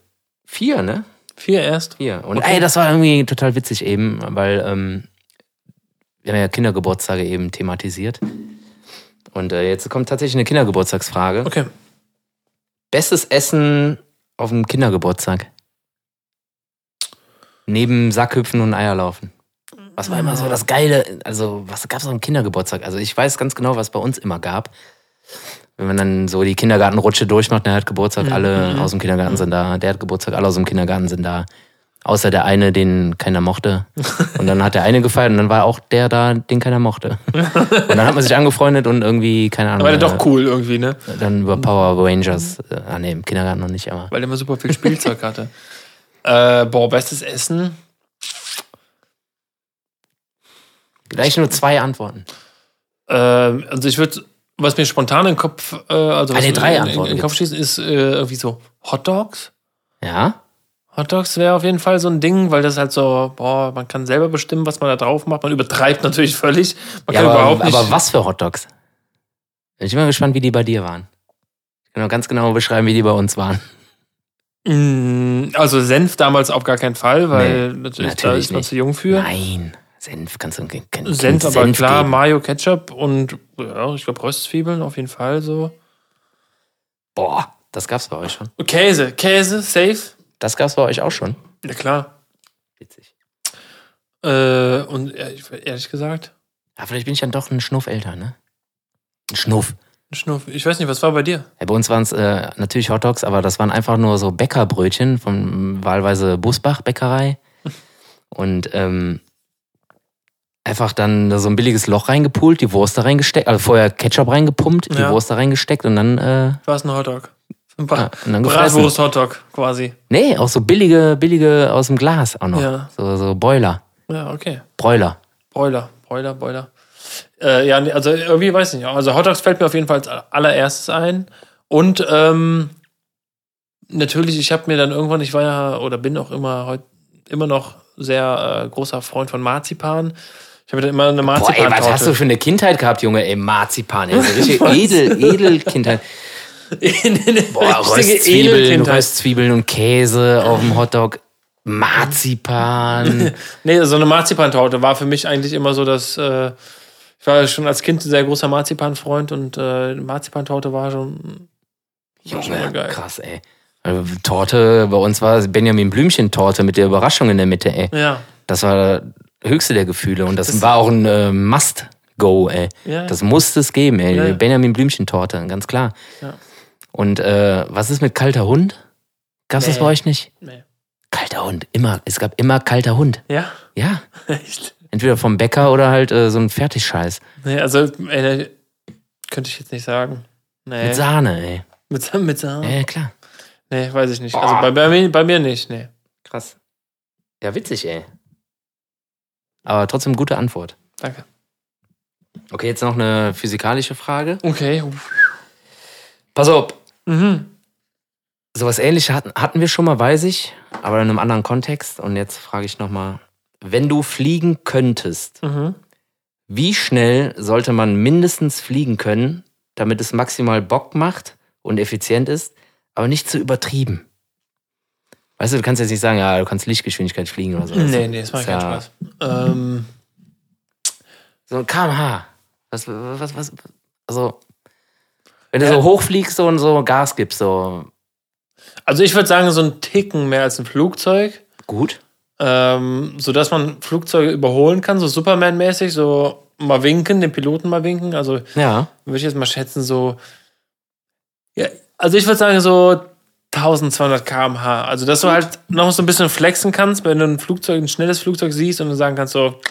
S1: vier, ne?
S2: Vier erst.
S1: Hier. Und
S2: Okay.
S1: Oh, ey, das war irgendwie total witzig eben, weil ähm, wir haben ja Kindergeburtstage eben thematisiert. Und äh, jetzt kommt tatsächlich eine Kindergeburtstagsfrage.
S2: Okay.
S1: Bestes Essen auf dem Kindergeburtstag? Neben Sackhüpfen und Eierlaufen. Was war immer so das Geile? Also, was gab es am Kindergeburtstag? Also, ich weiß ganz genau, was bei uns immer gab. Wenn man dann so die Kindergartenrutsche durchmacht, der hat Geburtstag,
S2: Mhm.
S1: alle aus dem Kindergarten sind da, der hat Geburtstag, alle aus dem Kindergarten sind da. Außer der eine, den keiner mochte. Und dann hat der eine gefeiert und dann war auch der da, den keiner mochte. Und dann hat man sich angefreundet und irgendwie, keine Ahnung.
S2: Aber der
S1: äh,
S2: doch cool irgendwie, ne?
S1: dann über Power Rangers. Äh, ah, nee, im Kindergarten noch nicht, aber.
S2: Weil der immer super viel Spielzeug hatte. Äh, boah, bestes Essen.
S1: Gleich nur zwei Antworten.
S2: Ähm, also ich würde, was mir spontan in den Kopf, äh, also
S1: Ah,
S2: was
S1: nee,
S2: mir
S1: drei
S2: in, in, in
S1: Antworten
S2: den Kopf schießt, ist äh, irgendwie so Hot Dogs.
S1: Ja?
S2: Hot Dogs wäre auf jeden Fall so ein Ding, weil das halt so, boah, man kann selber bestimmen, was man da drauf macht. Man übertreibt natürlich völlig. Man
S1: ja
S2: kann
S1: aber,
S2: überhaupt nicht.
S1: aber was für Hotdogs? Bin ich mal gespannt, wie die bei dir waren. Ich kann noch ganz genau beschreiben, wie die bei uns waren.
S2: Mm, Also Senf damals auf gar keinen Fall, weil natürlich, da
S1: natürlich
S2: ist man
S1: nicht.
S2: zu jung für.
S1: Nein. Senf kannst du kein, kein
S2: Senf,
S1: kein
S2: aber klar,
S1: geben.
S2: Mayo, Ketchup und ja, ich glaube Röstzwiebeln auf jeden Fall so.
S1: Boah, das gab's bei euch schon.
S2: Und Käse, Käse, safe.
S1: Das gab's bei euch auch schon.
S2: Ja klar.
S1: Witzig.
S2: Äh, und ehrlich, ehrlich gesagt,
S1: Ja, vielleicht bin ich dann doch ein Schnuff älter, ne? Ein Schnuff.
S2: ein Schnuff. Ich weiß nicht, was war bei dir?
S1: Ja, bei uns waren es äh, natürlich Hotdogs, aber das waren einfach nur so Bäckerbrötchen von mm, wahlweise Busbach-Bäckerei. Und ähm, einfach dann da so ein billiges Loch reingepult, die Wurst da reingesteckt, also vorher Ketchup reingepumpt, die
S2: Ja.
S1: Wurst da reingesteckt und dann, äh,
S2: War es ein Hotdog? Ein
S1: ja,
S2: Bra
S1: und Ah, dann gefressen.
S2: Bratwurst-Hotdog quasi.
S1: Nee, auch so billige, billige aus dem Glas auch noch.
S2: Ja.
S1: So, so Boiler,
S2: Ja, okay.
S1: Broiler.
S2: Broiler, Broiler, Broiler. Äh, ja, nee, also irgendwie weiß ich nicht. Also Hotdogs fällt mir auf jeden Fall als allererstes ein. Und ähm, natürlich, ich habe mir dann irgendwann, ich war ja oder bin auch immer heute immer noch sehr äh, großer Freund von Marzipan. Ich habe dann immer eine
S1: Boah, ey,
S2: marzipan
S1: was hast du für eine Kindheit gehabt, Junge? Ey, Marzipan, ey, so richtig edel, edel Kindheit. Boah, Röstzwiebeln, Röstzwiebeln und Käse auf dem Hotdog. Marzipan.
S2: Nee, so eine Marzipantorte war für mich eigentlich immer so, dass äh, ich war schon als Kind ein sehr großer Marzipan-Freund und äh, Marzipantorte war schon
S1: Junge,
S2: immer geil.
S1: krass, ey. Also, Torte, bei uns war es Benjamin Blümchen-Torte mit der Überraschung in der Mitte, ey.
S2: ja.
S1: Das war das höchste der Gefühle und das, war auch ein äh, Must-Go, ey.
S2: Ja.
S1: Das musste es geben, ey.
S2: Ja, ja.
S1: Benjamin Blümchen-Torte, ganz klar.
S2: Ja.
S1: Und äh, was ist mit kalter Hund? Gab's das
S2: Nee.
S1: bei euch nicht?
S2: Nee.
S1: Kalter Hund, immer. Es gab immer kalter Hund.
S2: Ja,
S1: Ja.
S2: echt.
S1: Entweder vom Bäcker oder halt äh, so ein Fertigscheiß.
S2: Nee, also äh, könnte ich jetzt nicht sagen. Nee.
S1: Mit Sahne, ey.
S2: mit, Sa mit Sahne?
S1: Ja, ja, klar.
S2: Nee, weiß ich nicht. Also bei, bei, mir, bei mir nicht, nee.
S1: Krass. Ja, witzig, ey. Aber trotzdem gute Antwort.
S2: Danke.
S1: Okay, jetzt noch eine physikalische Frage.
S2: Okay.
S1: Pass auf,
S2: Mhm.
S1: sowas ähnliches hatten, hatten wir schon mal, weiß ich, aber in einem anderen Kontext. Und jetzt frage ich nochmal, wenn du fliegen könntest,
S2: Mhm.
S1: wie schnell sollte man mindestens fliegen können, damit es maximal Bock macht und effizient ist, aber nicht zu übertrieben? Weißt du, du kannst jetzt nicht sagen, ja, du kannst Lichtgeschwindigkeit fliegen oder so. Also
S2: Nee, nee, das macht
S1: Ist ja-
S2: keinen Spaß. Ähm,
S1: So ein kmh. Was, was, was, also, wenn du so hochfliegst und so Gas gibst, so
S2: also ich würde sagen, so ein Ticken mehr als ein Flugzeug.
S1: gut.
S2: Äh, ähm, sodass man Flugzeuge überholen kann, so Superman-mäßig, so mal winken, den Piloten mal winken. Also
S1: Ja.
S2: würde ich jetzt mal schätzen, so. Ja, also ich würde sagen, so 1200 km/h. Also, dass du halt noch so ein bisschen flexen kannst, wenn du ein Flugzeug, ein schnelles Flugzeug siehst und dann sagen kannst, so,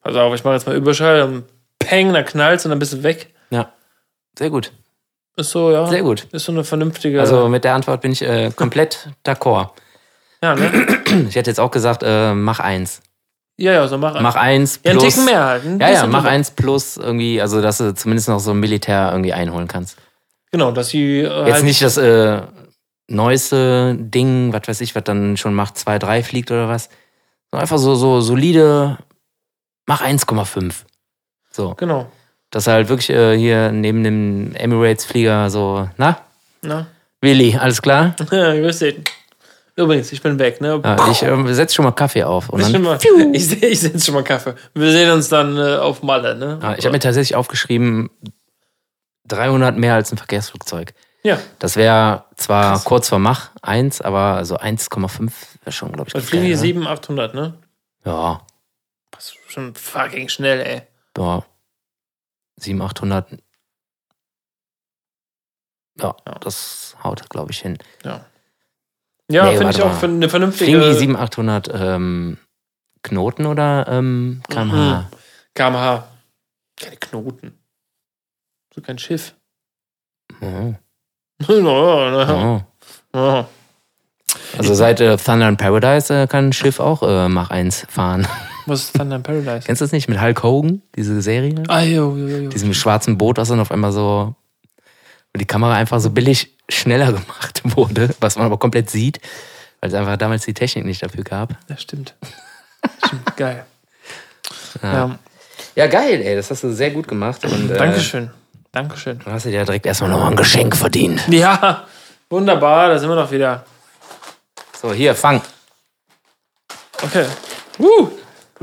S2: pass auf, ich mache jetzt mal Überschall und peng, dann knallst und dann bist du weg.
S1: Ja. Sehr gut.
S2: Ist so, ja.
S1: Sehr gut.
S2: Ist so eine vernünftige.
S1: Also mit der Antwort bin ich äh, komplett d'accord.
S2: ja, ne?
S1: Ich hätte jetzt auch gesagt, äh, mach eins.
S2: ja, ja, so mach.
S1: Mach eins
S2: ja, einen
S1: plus.
S2: Ticken mehr halt. ein
S1: Ja, ja,
S2: bisschen
S1: mach
S2: drüber.
S1: eins plus irgendwie, also dass du zumindest noch so ein Militär irgendwie einholen kannst.
S2: Genau, dass sie. Äh,
S1: Jetzt
S2: halt-
S1: nicht das äh, neueste Ding, was weiß ich, was dann schon macht 2, 3 fliegt oder was. Sondern einfach so, so solide, mach 1,5. So.
S2: Genau.
S1: Dass halt wirklich äh, hier neben dem Emirates-Flieger so, na,
S2: Na?
S1: Willi, alles klar?
S2: Grüß dich. Übrigens, ich bin weg, ne?
S1: Ja, ich ähm, setz schon mal Kaffee auf. Und
S2: Ich,
S1: dann,
S2: schon mal, ich, seh- ich setze schon mal Kaffee. Wir sehen uns dann äh, auf Malle, ne?
S1: ja, Ah, ich habe mir tatsächlich aufgeschrieben, 300 mehr als ein Verkehrsflugzeug.
S2: ja,
S1: Das wäre zwar kurz vor Mach 1, aber so 1,5 wäre schon, glaube ich,
S2: dann
S1: ganz
S2: fliegen
S1: geil,
S2: die
S1: ne?
S2: 7, 800, ne?
S1: Ja,
S2: Das ist schon fucking schnell, ey.
S1: ja. 700, 800. Ja,
S2: Ja.
S1: das haut, glaube ich, hin.
S2: Ja,
S1: Nee,
S2: finde
S1: warte
S2: ich auch
S1: mal.
S2: für eine vernünftige
S1: Fliegen die 700, 800 ähm, Knoten oder ähm, kmh?
S2: Mhm. kmh. Keine Knoten. So kein Schiff.
S1: Mhm.
S2: Ja, ja,
S1: Oh.
S2: ja.
S1: Also seit äh, Thunder in Paradise äh, kann ein Schiff auch äh, Mach 1 fahren.
S2: Was ist Thunder in Paradise?
S1: Kennst du das nicht? Mit Hulk Hogan, diese Serie?
S2: Ah, jo, jo, jo, jo.
S1: diesem schwarzen Boot, was dann auf einmal so und die Kamera einfach so billig schneller gemacht wurde, was man aber komplett sieht, weil es einfach damals die Technik nicht dafür gab.
S2: Das stimmt. stimmt. Geil.
S1: Ja.
S2: Ja.
S1: ja, geil, ey, das hast du sehr gut gemacht. Und, äh,
S2: Dankeschön. Dankeschön.
S1: Du hast dir ja direkt erstmal nochmal ein Geschenk verdient.
S2: Ja, wunderbar, da sind wir doch wieder.
S1: So, hier, fang.
S2: Okay. Uh,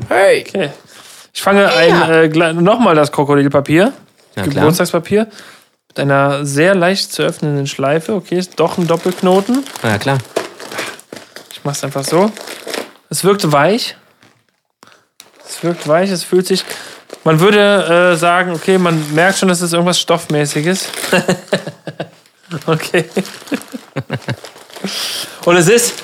S1: Hey!
S2: okay. Ich fange ein, äh, nochmal das Krokodilpapier,
S1: Na klar.
S2: Geburtstagspapier, mit einer sehr leicht zu öffnenden Schleife. Okay, ist doch ein Doppelknoten.
S1: Na klar.
S2: Ich mach's einfach so. Es wirkt weich. Es wirkt weich, es fühlt sich. Man würde äh, sagen, okay, man merkt schon, dass es irgendwas Stoffmäßiges. okay. Und es ist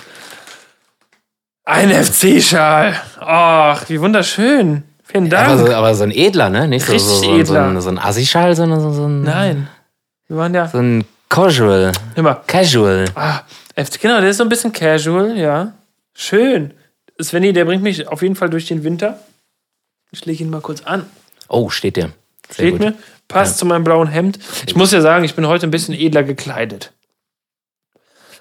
S2: ein FC-Schal. Ach, wie wunderschön. Vielen Dank.
S1: Aber so, aber so ein Edler, ne? Nicht so, so,
S2: Ah. Richtig
S1: so, ein- so ein,
S2: edler.
S1: so ein Assi-Schal, sondern so, so ein.
S2: Nein. Wir waren ja.
S1: So ein Casual.
S2: Immer.
S1: Casual.
S2: Ah, FC, genau, der ist so ein bisschen casual, ja. Schön. Svenny, der bringt mich auf jeden Fall durch den Winter. Ich lege ihn mal kurz an.
S1: Oh, steht dir. Sehr
S2: Steht mir. Passt zu meinem blauen Hemd. Ich muss ja sagen, ich bin heute ein bisschen edler gekleidet.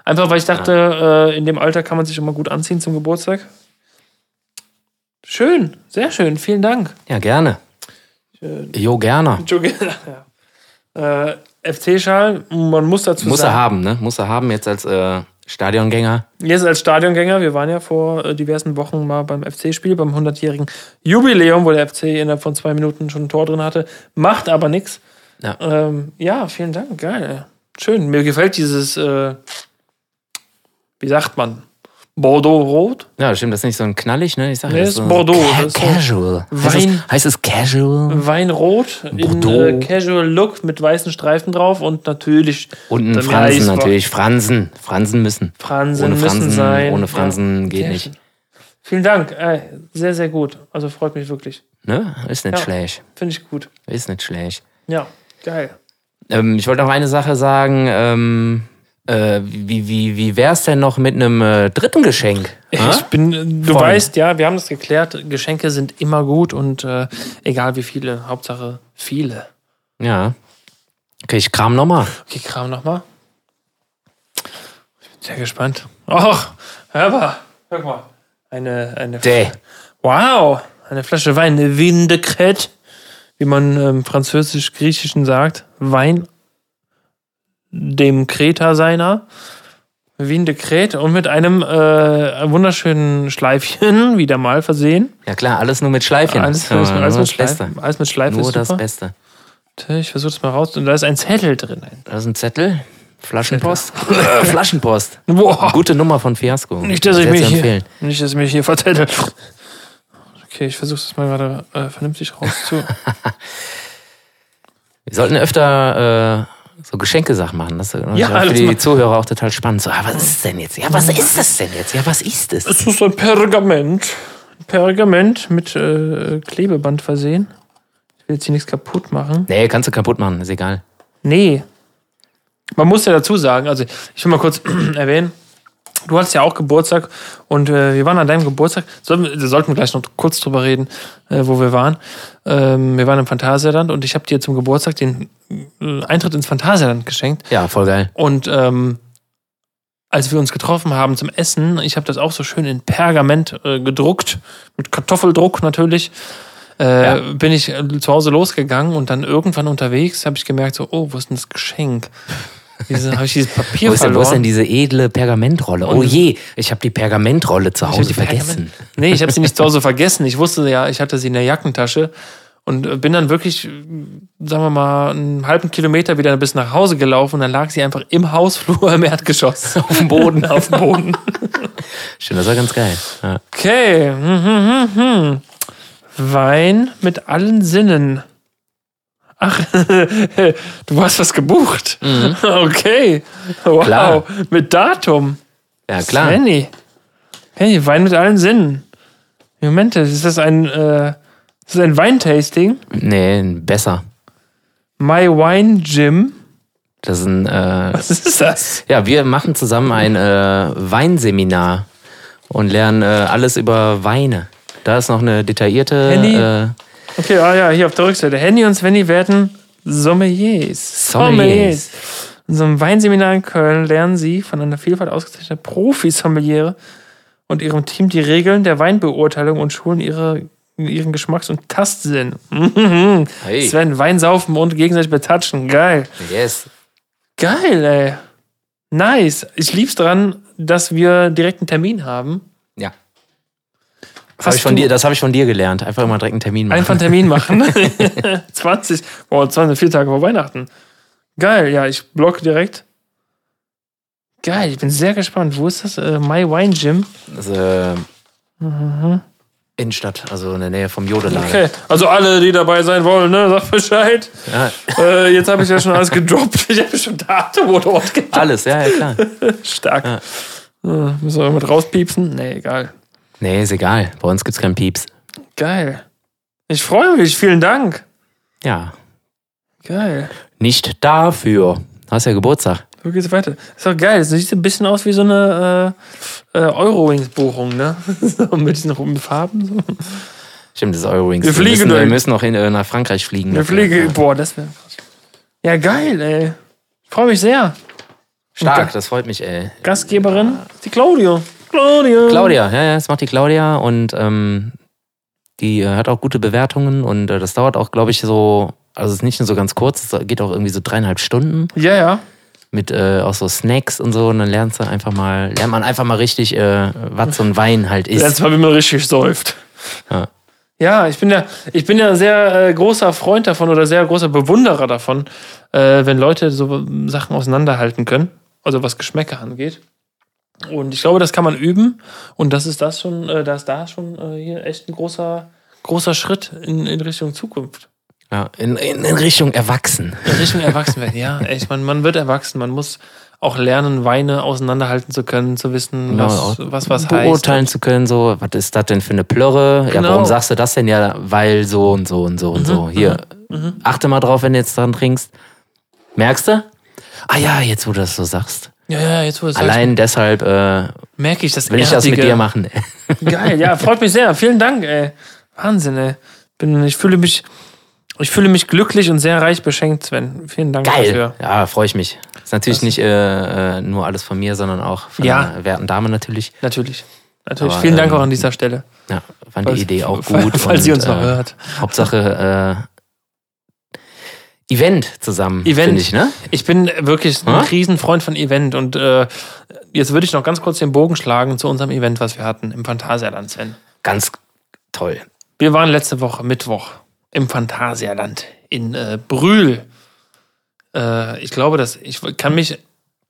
S2: Einfach, weil ich dachte, äh, in dem Alter kann man sich immer gut anziehen zum Geburtstag. Schön, sehr schön, vielen Dank.
S1: Ja, gerne.
S2: Äh,
S1: Jo, gerne.
S2: Jogi- ja. äh, FC-Schal, man muss dazu
S1: Muss er
S2: sagen.
S1: haben, ne? Muss er haben jetzt als äh, Stadiongänger.
S2: Jetzt als Stadiongänger, wir waren ja vor äh, diversen Wochen mal beim FC-Spiel, beim 100-jährigen Jubiläum, wo der FC innerhalb von zwei Minuten schon ein Tor drin hatte. Macht aber nichts.
S1: Ja.
S2: Ähm, ja, vielen Dank, geil. Schön, mir gefällt dieses, äh, wie sagt man, Bordeaux-Rot?
S1: Ja, stimmt, das ist nicht so ein knallig, ne? Ich sag
S2: Nee,
S1: ja, das
S2: ist
S1: so
S2: Bordeaux,
S1: Ca
S2: das ist so
S1: casual. heißt,
S2: Wein. Hm.
S1: es, heißt es Casual?
S2: Weinrot in äh,
S1: Bordeaux.
S2: Casual Look mit weißen Streifen drauf und natürlich
S1: Und ein
S2: Dann
S1: Fransen
S2: Eisbock.
S1: natürlich. Fransen. Fransen müssen.
S2: Fransen,
S1: Ohne Fransen,
S2: müssen sein.
S1: ohne Fransen geht
S2: Sehr
S1: nicht.
S2: schön. Vielen Dank, ey, sehr, sehr gut. Also freut mich wirklich.
S1: Ne? Ist nicht
S2: Ja.
S1: schlecht.
S2: Finde ich gut.
S1: Ist nicht schlecht.
S2: Ja, geil.
S1: Ähm, ich wollte noch eine Sache sagen. Ähm, äh, wie wie, wie wär's denn noch mit einem äh, dritten Geschenk? Hm?
S2: Ich
S1: Ha?
S2: bin, äh, du
S1: Voll.
S2: weißt, ja, wir haben das geklärt. Geschenke sind immer gut und äh, egal wie viele, Hauptsache viele.
S1: Ja. Okay, ich kram nochmal.
S2: Okay, kram nochmal. Ich bin sehr gespannt. Och, hör mal, guck mal. Eine, eine,
S1: Däh.
S2: wow, eine Flasche Wein, eine Vindecret, wie man im Französisch-Griechischen sagt. Wein dem Kreta seiner. Vindecret und mit einem äh, wunderschönen Schleifchen, wieder mal versehen.
S1: Ja klar, alles nur mit Schleifchen.
S2: Alles,
S1: Ja,
S2: alles,
S1: Genau. nur
S2: alles, mit
S1: das
S2: Schleife,
S1: Beste.
S2: alles mit Schleife
S1: Nur
S2: ist
S1: das
S2: super.
S1: Beste.
S2: Ich versuche das mal raus. Und da ist ein Zettel drin.
S1: Da ist ein Zettel. Flaschenpost? Äh, Flaschenpost.
S2: Boah.
S1: Gute Nummer von Fiasco.
S2: Nicht, dass ich
S1: Sehr zu
S2: mich hier,
S1: empfehlen.
S2: nicht, dass ich mich hier verzettel. Okay, ich versuche das mal gerade äh, vernünftig rauszu.
S1: Wir sollten öfter äh, so Geschenkesachen machen. Das ist
S2: Ja,
S1: für
S2: alles
S1: die
S2: mal.
S1: Zuhörer auch total spannend. So, ah, was ist denn jetzt? Ja, was ist das denn jetzt? Ja, was ist das?
S2: Es ist ein Pergament. Pergament mit äh, Klebeband versehen. Ich will jetzt hier nichts kaputt machen.
S1: Nee, kannst du kaputt machen, ist egal.
S2: Nee. Man muss ja dazu sagen, also ich will mal kurz erwähnen, du hattest ja auch Geburtstag und äh, wir waren an deinem Geburtstag, sollten, wir- da sollten wir gleich noch kurz drüber reden, äh, wo wir waren. Ähm, wir waren im Phantasialand und ich habe dir zum Geburtstag den äh, Eintritt ins Phantasialand geschenkt.
S1: Ja, voll geil.
S2: Und ähm, als wir uns getroffen haben zum Essen, ich habe das auch so schön in Pergament äh, gedruckt, mit Kartoffeldruck natürlich, äh,
S1: Ja.
S2: bin ich äh, zu Hause losgegangen und dann irgendwann unterwegs habe ich gemerkt, so, oh, wo ist denn das Geschenk? Wieso habe ich dieses Papier
S1: Wo ist, denn, wo ist denn
S2: verloren?
S1: diese edle Pergamentrolle? Oh
S2: Und-
S1: je, ich habe die Pergamentrolle zu
S2: Ich hab
S1: Hause
S2: die
S1: vergessen.
S2: Pergament- Nee, ich habe sie nicht zu Hause vergessen. Ich wusste ja, ich hatte sie in der Jackentasche und äh, bin dann wirklich, äh, sagen wir mal, einen halben Kilometer wieder bis nach Hause gelaufen und dann lag sie einfach im Hausflur im Erdgeschoss auf dem Boden, auf dem Boden.
S1: Stimmt, das war ganz geil. Ja.
S2: Okay. Hm, hm, hm, hm. Wein mit allen Sinnen. Ach, du hast was gebucht. Okay. Wow.
S1: Klar.
S2: Mit Datum.
S1: ja, klar.
S2: Svenny. Hey, Wein mit allen Sinnen. Momente, ist das ein, äh, ist das ein Weintasting?
S1: Nee, besser.
S2: My Wine Gym.
S1: Das ist ein, äh,
S2: Was ist das?
S1: ja, wir machen zusammen ein äh, Weinseminar und lernen äh, alles über Weine. Da ist noch eine
S2: Henny?
S1: detaillierte äh,
S2: Okay, ah ja, hier auf der Rückseite. Henny und Svenny werden Sommeliers.
S1: Sommeliers.
S2: In so einem Weinseminar in Köln lernen sie von einer Vielfalt ausgezeichneter Profi-Sommeliere und ihrem Team die Regeln der Weinbeurteilung und schulen ihre, ihren Geschmacks- und Tastsinn. Mhm.
S1: Hey.
S2: Sven, Wein saufen und gegenseitig betatschen. Geil.
S1: Yes.
S2: Geil, ey. Nice. Ich lieb's dran, dass wir direkt einen Termin haben.
S1: Ja. Das
S2: Hast
S1: habe ich, von
S2: du-
S1: dir- das hab ich von dir gelernt. Einfach immer direkt einen Termin machen.
S2: Einfach einen Termin machen. 20, boah, 20, vier Tage vor Weihnachten. Geil, ja, ich blocke direkt. Geil, ich bin sehr gespannt. Wo ist das? Äh, My Wine Gym.
S1: Das, äh,
S2: Mhm.
S1: Innenstadt, also in der Nähe vom Jodeladen.
S2: Okay, also alle, die dabei sein wollen, ne, sagt Bescheid.
S1: Ja,
S2: Äh, jetzt habe ich ja schon alles gedroppt. Ich habe schon Datum oder Ort gedroppt.
S1: alles, ja, ja, klar.
S2: Stark.
S1: Ja.
S2: Äh, müssen wir irgendwas rauspiepsen? Nee, egal.
S1: Nee, ist egal. Bei uns gibt's keinen Pieps.
S2: Geil. Ich freue mich, vielen Dank.
S1: Ja.
S2: Geil.
S1: Nicht dafür. Hast ja Geburtstag.
S2: So geht's weiter. Ist doch geil. Das sieht so ein bisschen aus wie so eine äh, äh, Eurowings-Buchung, ne? so mit diesen roten Farben. So.
S1: Stimmt, das ist Eurowings.
S2: Wir fliegen
S1: müssen, wir
S2: dahin.
S1: müssen noch in, äh, nach Frankreich fliegen.
S2: Eine
S1: dafür.
S2: Pflege.
S1: Ja.
S2: Boah, das wäre krass. Ja, geil, ey. Freue mich sehr.
S1: Stark, das freut mich, ey.
S2: Gastgeberin, die Claudio. Claudio.
S1: Claudia, ja, ja, das macht die Claudia und ähm, die äh, hat auch gute Bewertungen und äh, das dauert auch, glaube ich, so, also es ist nicht nur so ganz kurz, es geht auch irgendwie so dreieinhalb Stunden
S2: Ja, ja.
S1: mit äh, auch so Snacks und so und dann lernst du einfach mal, lernt man einfach mal richtig, äh, was so ein Wein halt ist.
S2: Letztes Mal, wie man richtig säuft.
S1: Ja.
S2: Ja, ich bin ja, ich bin ja ein sehr äh, großer Freund davon oder sehr großer Bewunderer davon, äh, wenn Leute so äh, Sachen auseinanderhalten können, also was Geschmäcker angeht. Und ich glaube, das kann man üben und das ist das schon, äh, das da schon äh, hier echt ein großer, großer Schritt in, in Richtung Zukunft.
S1: Ja, in, in, in Richtung Erwachsen.
S2: In Richtung Erwachsenwerden, ja. Echt, man, man wird erwachsen, man muss auch lernen, Weine auseinanderhalten zu können, zu wissen, was
S1: Genau,
S2: was, was heißt.
S1: Beurteilen zu können, so, was ist das denn für eine Plörre? Ja,
S2: Genau. Mhm,
S1: warum sagst du das denn? Ja, weil so und so und so und so. Hier, achte mal drauf, wenn du jetzt dran trinkst. Merkst du? Ah ja, jetzt wo du das so sagst.
S2: Ja, ja, jetzt wo du es sagst,
S1: Allein deshalb äh,
S2: merke ich das
S1: will ich das mit
S2: Erdige.
S1: dir machen.
S2: Geil, ja, freut mich sehr. Vielen Dank, ey. Wahnsinn, ey. Bin, ich fühle mich, ich fühle mich glücklich und sehr reich beschenkt, Sven. Vielen Dank
S1: Geil.
S2: dafür.
S1: Ja, freue ich mich. Ist natürlich nicht äh, äh, nur alles von mir, sondern auch von
S2: Ja.
S1: der werten Dame natürlich.
S2: Natürlich. Natürlich.
S1: Aber,
S2: Vielen Dank
S1: ähm,
S2: auch an dieser Stelle.
S1: Ja, fand
S2: Falls-
S1: die Idee auch
S2: falls-
S1: gut.
S2: Falls
S1: und,
S2: ihr uns noch
S1: äh,
S2: hört.
S1: Hauptsache äh, Event zusammen.
S2: Event.
S1: finde Ich, ne?
S2: Ich bin wirklich ein
S1: Hä?
S2: Riesenfreund von Event und äh, jetzt würde ich noch ganz kurz den Bogen schlagen zu unserem Event, was wir hatten im Phantasialand, Sven.
S1: Ganz toll.
S2: Wir waren letzte Woche Mittwoch im Phantasialand in äh, Brühl. Äh, ich glaube, dass ich kann mich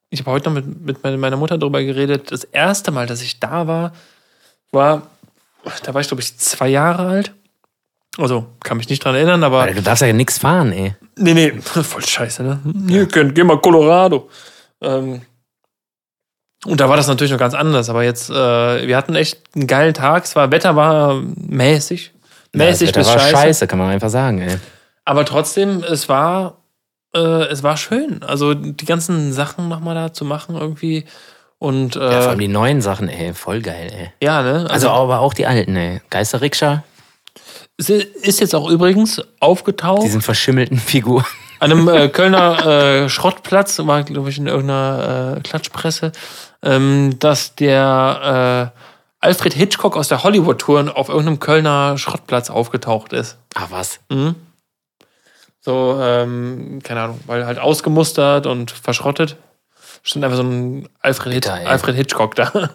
S2: ich habe heute noch mit, mit meine- meiner Mutter darüber geredet. Das erste Mal, dass ich da war, war, da war ich, glaube ich, zwei Jahre alt. Also, kann mich nicht dran erinnern, aber.
S1: Alter, du darfst ja nix fahren, ey.
S2: Nee, nee, voll scheiße, ne?
S1: Mhm.
S2: Ihr könnt, geh mal Colorado. Ähm, und da war das natürlich noch ganz anders, aber jetzt, äh, wir hatten echt einen geilen Tag. Es war, Wetter war mäßig. Mäßig
S1: ja, das Wetter
S2: bis
S1: war
S2: scheiße. Äh,
S1: scheiße, kann man einfach sagen, ey.
S2: Aber trotzdem, es war, äh, es war schön. Also die ganzen Sachen nochmal da zu machen irgendwie. Und äh,
S1: Ja, vor
S2: ja,
S1: allem die neuen Sachen, ey, voll geil, ey.
S2: ne?
S1: Also
S2: Also,
S1: aber auch die alten, ey. Geisterrikscha,
S2: es
S1: Also-
S2: ist jetzt auch übrigens aufgetaucht.
S1: diesen verschimmelten Figuren.
S2: An einem äh, Kölner äh, Schrottplatz, war, glaube ich, in irgendeiner äh, Klatschpresse, ähm, dass der äh, Alfred Hitchcock aus der Hollywood-Tour auf irgendeinem Kölner Schrottplatz aufgetaucht ist. Mhm.
S1: Ach Ah, was.
S2: So, ähm, keine Ahnung, weil halt ausgemustert und verschrottet. Stand einfach so ein Alfred, Hit
S1: Bitter, ey.
S2: Alfred Hitchcock da.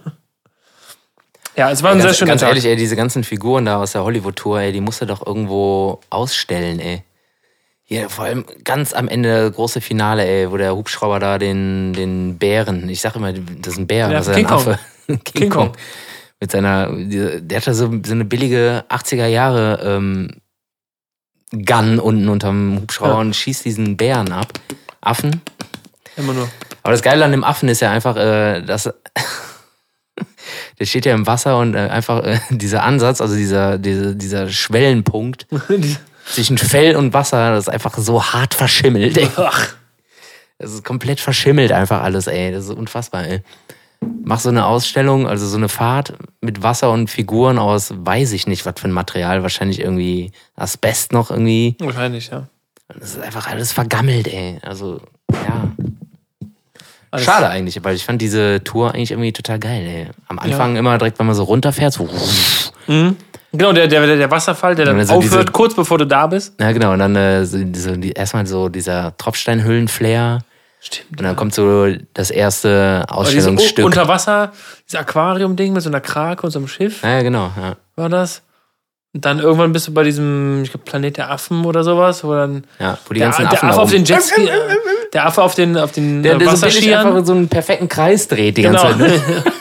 S2: ja, es war ein sehr
S1: Ganz,
S2: schöner
S1: ganz
S2: Tag.
S1: ehrlich, ey, diese ganzen Figuren da aus der Hollywood-Tour, ey, die musst du doch irgendwo ausstellen, ey. Hier, vor allem ganz am Ende große Finale, ey, wo der Hubschrauber da den, den Bären, ich sag immer, das ist ein Bär,
S2: Ja,
S1: das ist
S2: King
S1: ein
S2: Kong.
S1: Affe. King,
S2: King Kong.
S1: Kong. Mit seiner, die- der hat da so, so eine billige 80er Jahre ähm, Gun unten unterm Hubschrauber
S2: Ja.
S1: und schießt diesen Bären ab. Affen.
S2: Immer nur.
S1: Aber das Geile an dem Affen ist ja einfach, äh, dass der steht ja im Wasser und äh, einfach äh, dieser Ansatz, also dieser, dieser, dieser Schwellenpunkt zwischen Fell und Wasser, das ist einfach so hart verschimmelt. Ey.
S2: Ach,
S1: Das ist komplett verschimmelt einfach alles, ey. Das ist unfassbar, ey. Mach so eine Ausstellung, also so eine Fahrt mit Wasser und Figuren aus, weiß ich nicht, was für ein Material, wahrscheinlich irgendwie Asbest noch irgendwie.
S2: wahrscheinlich, ja.
S1: Das ist einfach alles vergammelt, ey. Also, ja.
S2: Alles-
S1: Schade eigentlich, weil ich fand diese Tour eigentlich irgendwie total geil. Ey. Am Anfang immer direkt, wenn man so runterfährt, so.
S2: Genau, der, der, der Wasserfall, der dann
S1: Also diese-
S2: aufhört, kurz bevor du da bist.
S1: Ja, genau. Und dann äh, so, so, die, erstmal so dieser Tropfsteinhüllenflair.
S2: Stimmt.
S1: Und dann kommt so das erste
S2: Oh,
S1: Ausstellungsstück.
S2: Unter Wasser, dieses Aquarium-Ding mit so einer Krake und so einem Schiff
S1: ja, genau. Ja.
S2: war das. Und dann irgendwann bist du bei diesem, ich glaube, Planet der Affen oder sowas, wo dann
S1: ja wo die
S2: der,
S1: ganzen
S2: der
S1: Affen da
S2: Affe auf
S1: rum-
S2: den Jetski, äh, der Affe auf den, auf den
S1: der,
S2: äh,
S1: der so billig
S2: Wasserskiern.
S1: einfach in so einen perfekten Kreis dreht die
S2: genau.
S1: ganze Zeit. Ne?
S2: Und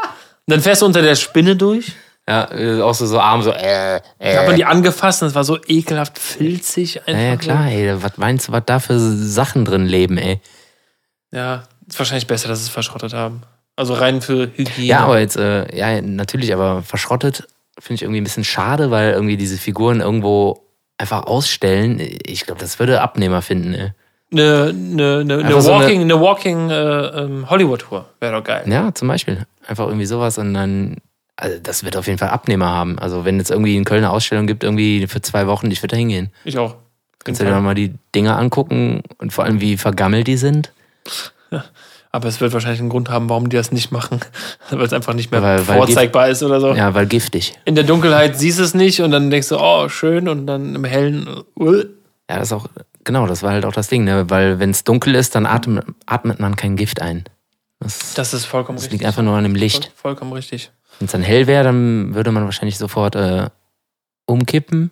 S2: dann fährst du unter der Spinne durch.
S1: Ja, äh, auch so, so arm, so. Äh, äh.
S2: Da hat man die angefasst und es war so ekelhaft filzig einfach.
S1: Ja, ja, klar, ey. Was meinst du, was da für Sachen drin leben, ey?
S2: So. Ja, ist wahrscheinlich besser, dass sie es verschrottet haben. Also rein für Hygiene.
S1: Ja, aber jetzt, äh, ja, natürlich, aber verschrottet finde ich irgendwie ein bisschen schade, weil irgendwie diese Figuren irgendwo einfach ausstellen. Ich glaube, das würde Abnehmer finden. Ey.
S2: eine, eine, eine, eine
S1: Einfach so eine-
S2: Walking, eine Walking äh, ähm, Hollywood-Tour wäre doch geil.
S1: Ja, zum Beispiel. Einfach irgendwie sowas und dann, also das wird auf jeden Fall Abnehmer haben. Also wenn jetzt irgendwie in Köln eine Ausstellung gibt, irgendwie für zwei Wochen, ich würde da hingehen.
S2: Ich auch.
S1: Kannst du dir dann mal die Dinger angucken und vor allem, wie vergammelt die sind?
S2: Aber es wird wahrscheinlich einen Grund haben, warum die das nicht machen. Weil es einfach nicht mehr
S1: Weil- weil
S2: vorzeigbar ist oder so.
S1: Ja, weil giftig.
S2: In der Dunkelheit siehst du es nicht und dann denkst du, oh, schön. Und dann im Hellen, uh,
S1: Ja, das ist auch, genau, das war halt auch das Ding, ne? weil wenn es dunkel ist, dann atmet, atmet man kein Gift ein. Das,
S2: das ist vollkommen
S1: das
S2: richtig.
S1: liegt einfach nur an dem Licht.
S2: Voll- Vollkommen richtig.
S1: Wenn es dann hell wäre, dann würde man wahrscheinlich sofort äh, umkippen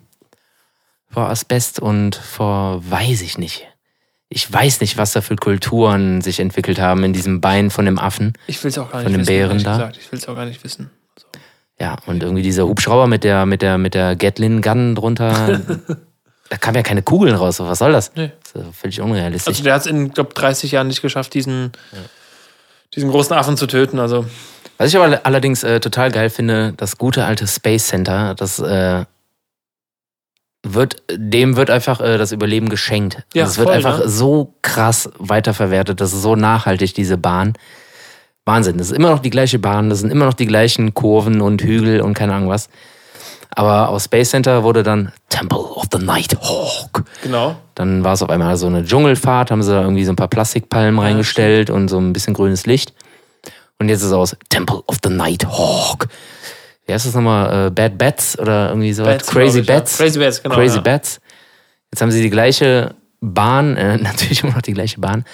S1: vor Asbest und vor, weiß ich nicht. Ich weiß nicht, was da für Kulturen sich entwickelt haben in diesem Bein von dem Affen.
S2: Ich will es auch gar nicht
S1: Von den
S2: wissen.
S1: Bären
S2: ehrlich
S1: da?
S2: Gesagt. Ich will es auch gar nicht wissen.
S1: Ja, und irgendwie dieser Hubschrauber mit der, mit der, mit der Gatlin-Gun drunter. da kamen ja keine Kugeln raus. Was soll das?
S2: Nee.
S1: Das ist völlig unrealistisch.
S2: Also der hat es in, glaube 30 Jahren nicht geschafft, diesen, diesen großen Affen zu töten. Also
S1: Was ich aber allerdings äh, total geil finde, das gute alte Space Center, das äh, wird, dem wird einfach äh, das Überleben geschenkt.
S2: Ja,
S1: es wird
S2: voll,
S1: einfach
S2: ne?
S1: so krass weiterverwertet, das ist so nachhaltig, diese Bahn. Wahnsinn, das ist immer noch die gleiche Bahn, das sind immer noch die gleichen Kurven und Hügel und keine Ahnung was. Aber aus Space Center wurde dann Temple of the Night Hawk.
S2: genau.
S1: Dann war es auf einmal so eine Dschungelfahrt, haben sie da irgendwie so ein paar Plastikpalmen reingestellt und so ein bisschen grünes Licht. Und jetzt ist es aus Temple of the Night Hawk. Wie heißt das nochmal? Äh, Bad Bats oder irgendwie so?
S2: Bats,
S1: Äh, Crazy
S2: glaub ich,
S1: Bats.
S2: Ja. Crazy Bats, genau.
S1: Crazy
S2: ja.
S1: Bats. Jetzt haben sie die gleiche Bahn, äh, natürlich immer noch die gleiche Bahn.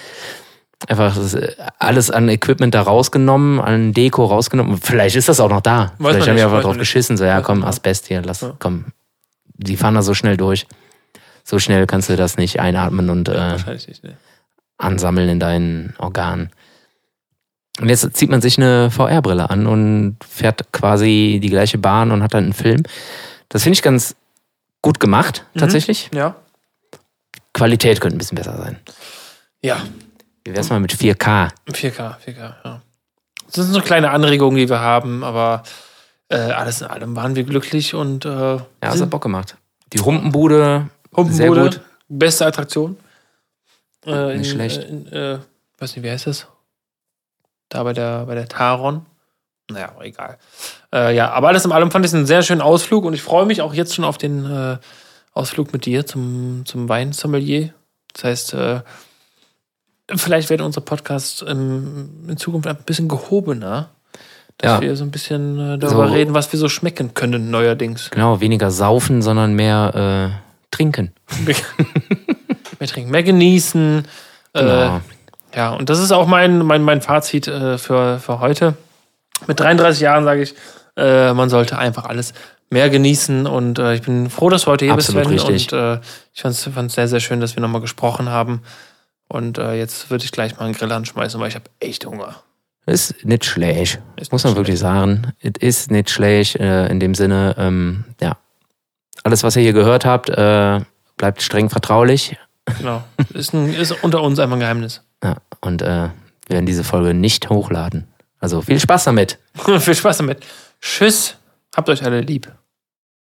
S1: Einfach das, äh, alles an Equipment da rausgenommen, an Deko rausgenommen. Vielleicht ist das auch noch da.
S2: man
S1: Vielleicht haben
S2: nicht,
S1: wir einfach
S2: weiß man
S1: drauf
S2: nicht.
S1: geschissen. So, ja,
S2: Weiß
S1: komm,
S2: man nicht.
S1: Asbest hier, lass,
S2: Ja.
S1: komm. Die fahren da so schnell durch. So schnell kannst du das nicht einatmen und äh,
S2: Wahrscheinlich nicht, ne?
S1: ansammeln in deinen Organen. Und jetzt zieht man sich eine VR-Brille an und fährt quasi die gleiche Bahn und hat dann einen Film. Das finde ich ganz gut gemacht,
S2: Mhm.
S1: tatsächlich.
S2: Ja.
S1: Qualität könnte ein bisschen besser sein.
S2: Ja.
S1: Wie wär's mal mit 4K?
S2: 4K, 4K, ja. Das sind so kleine Anregungen, die wir haben, aber äh, alles in allem waren wir glücklich und äh,
S1: Ja, das hat
S2: sind
S1: Bock gemacht. Die Humpenbude, sehr
S2: Humpenbude,
S1: gut.
S2: beste Attraktion. Äh,
S1: Nicht
S2: in,
S1: schlecht.
S2: äh, In, äh, weiß nicht, wie heißt das? Da bei der, bei der Taron. Naja, egal. Äh, ja, aber alles in allem fand ich einen sehr schönen Ausflug und ich freue mich auch jetzt schon auf den äh, Ausflug mit dir zum, zum Weinsommelier. Das heißt, äh, vielleicht werden unsere Podcasts ähm, in Zukunft ein bisschen gehobener, dass
S1: Ja.
S2: wir so ein bisschen äh, darüber
S1: So.
S2: reden, was wir so schmecken können neuerdings.
S1: Genau, weniger saufen, sondern mehr äh, trinken.
S2: Mehr trinken, mehr genießen. Äh,
S1: Genau.
S2: Ja, und das ist auch mein, mein, mein Fazit äh, für, für heute. Mit 33 Jahren sage ich, äh, man sollte einfach alles mehr genießen und äh, ich bin froh, dass du heute hier
S1: Absolut
S2: bist, Sven.
S1: richtig.
S2: Und äh, ich fand es sehr, sehr schön, dass wir nochmal gesprochen haben. Und äh, jetzt würde ich gleich mal einen Grill anschmeißen, weil ich habe echt Hunger.
S1: ist nicht schlecht.
S2: Ist
S1: Muss man
S2: nicht
S1: wirklich sagen. Es ist nicht schlecht äh, in dem Sinne, ähm, ja. Alles, was ihr hier gehört habt, äh, bleibt streng vertraulich.
S2: Genau. Ist, ein, ist unter uns einfach ein Geheimnis.
S1: Ja, und äh, wir werden diese Folge nicht hochladen. Also viel Spaß damit.
S2: Viel Spaß damit. Tschüss. Habt euch alle lieb.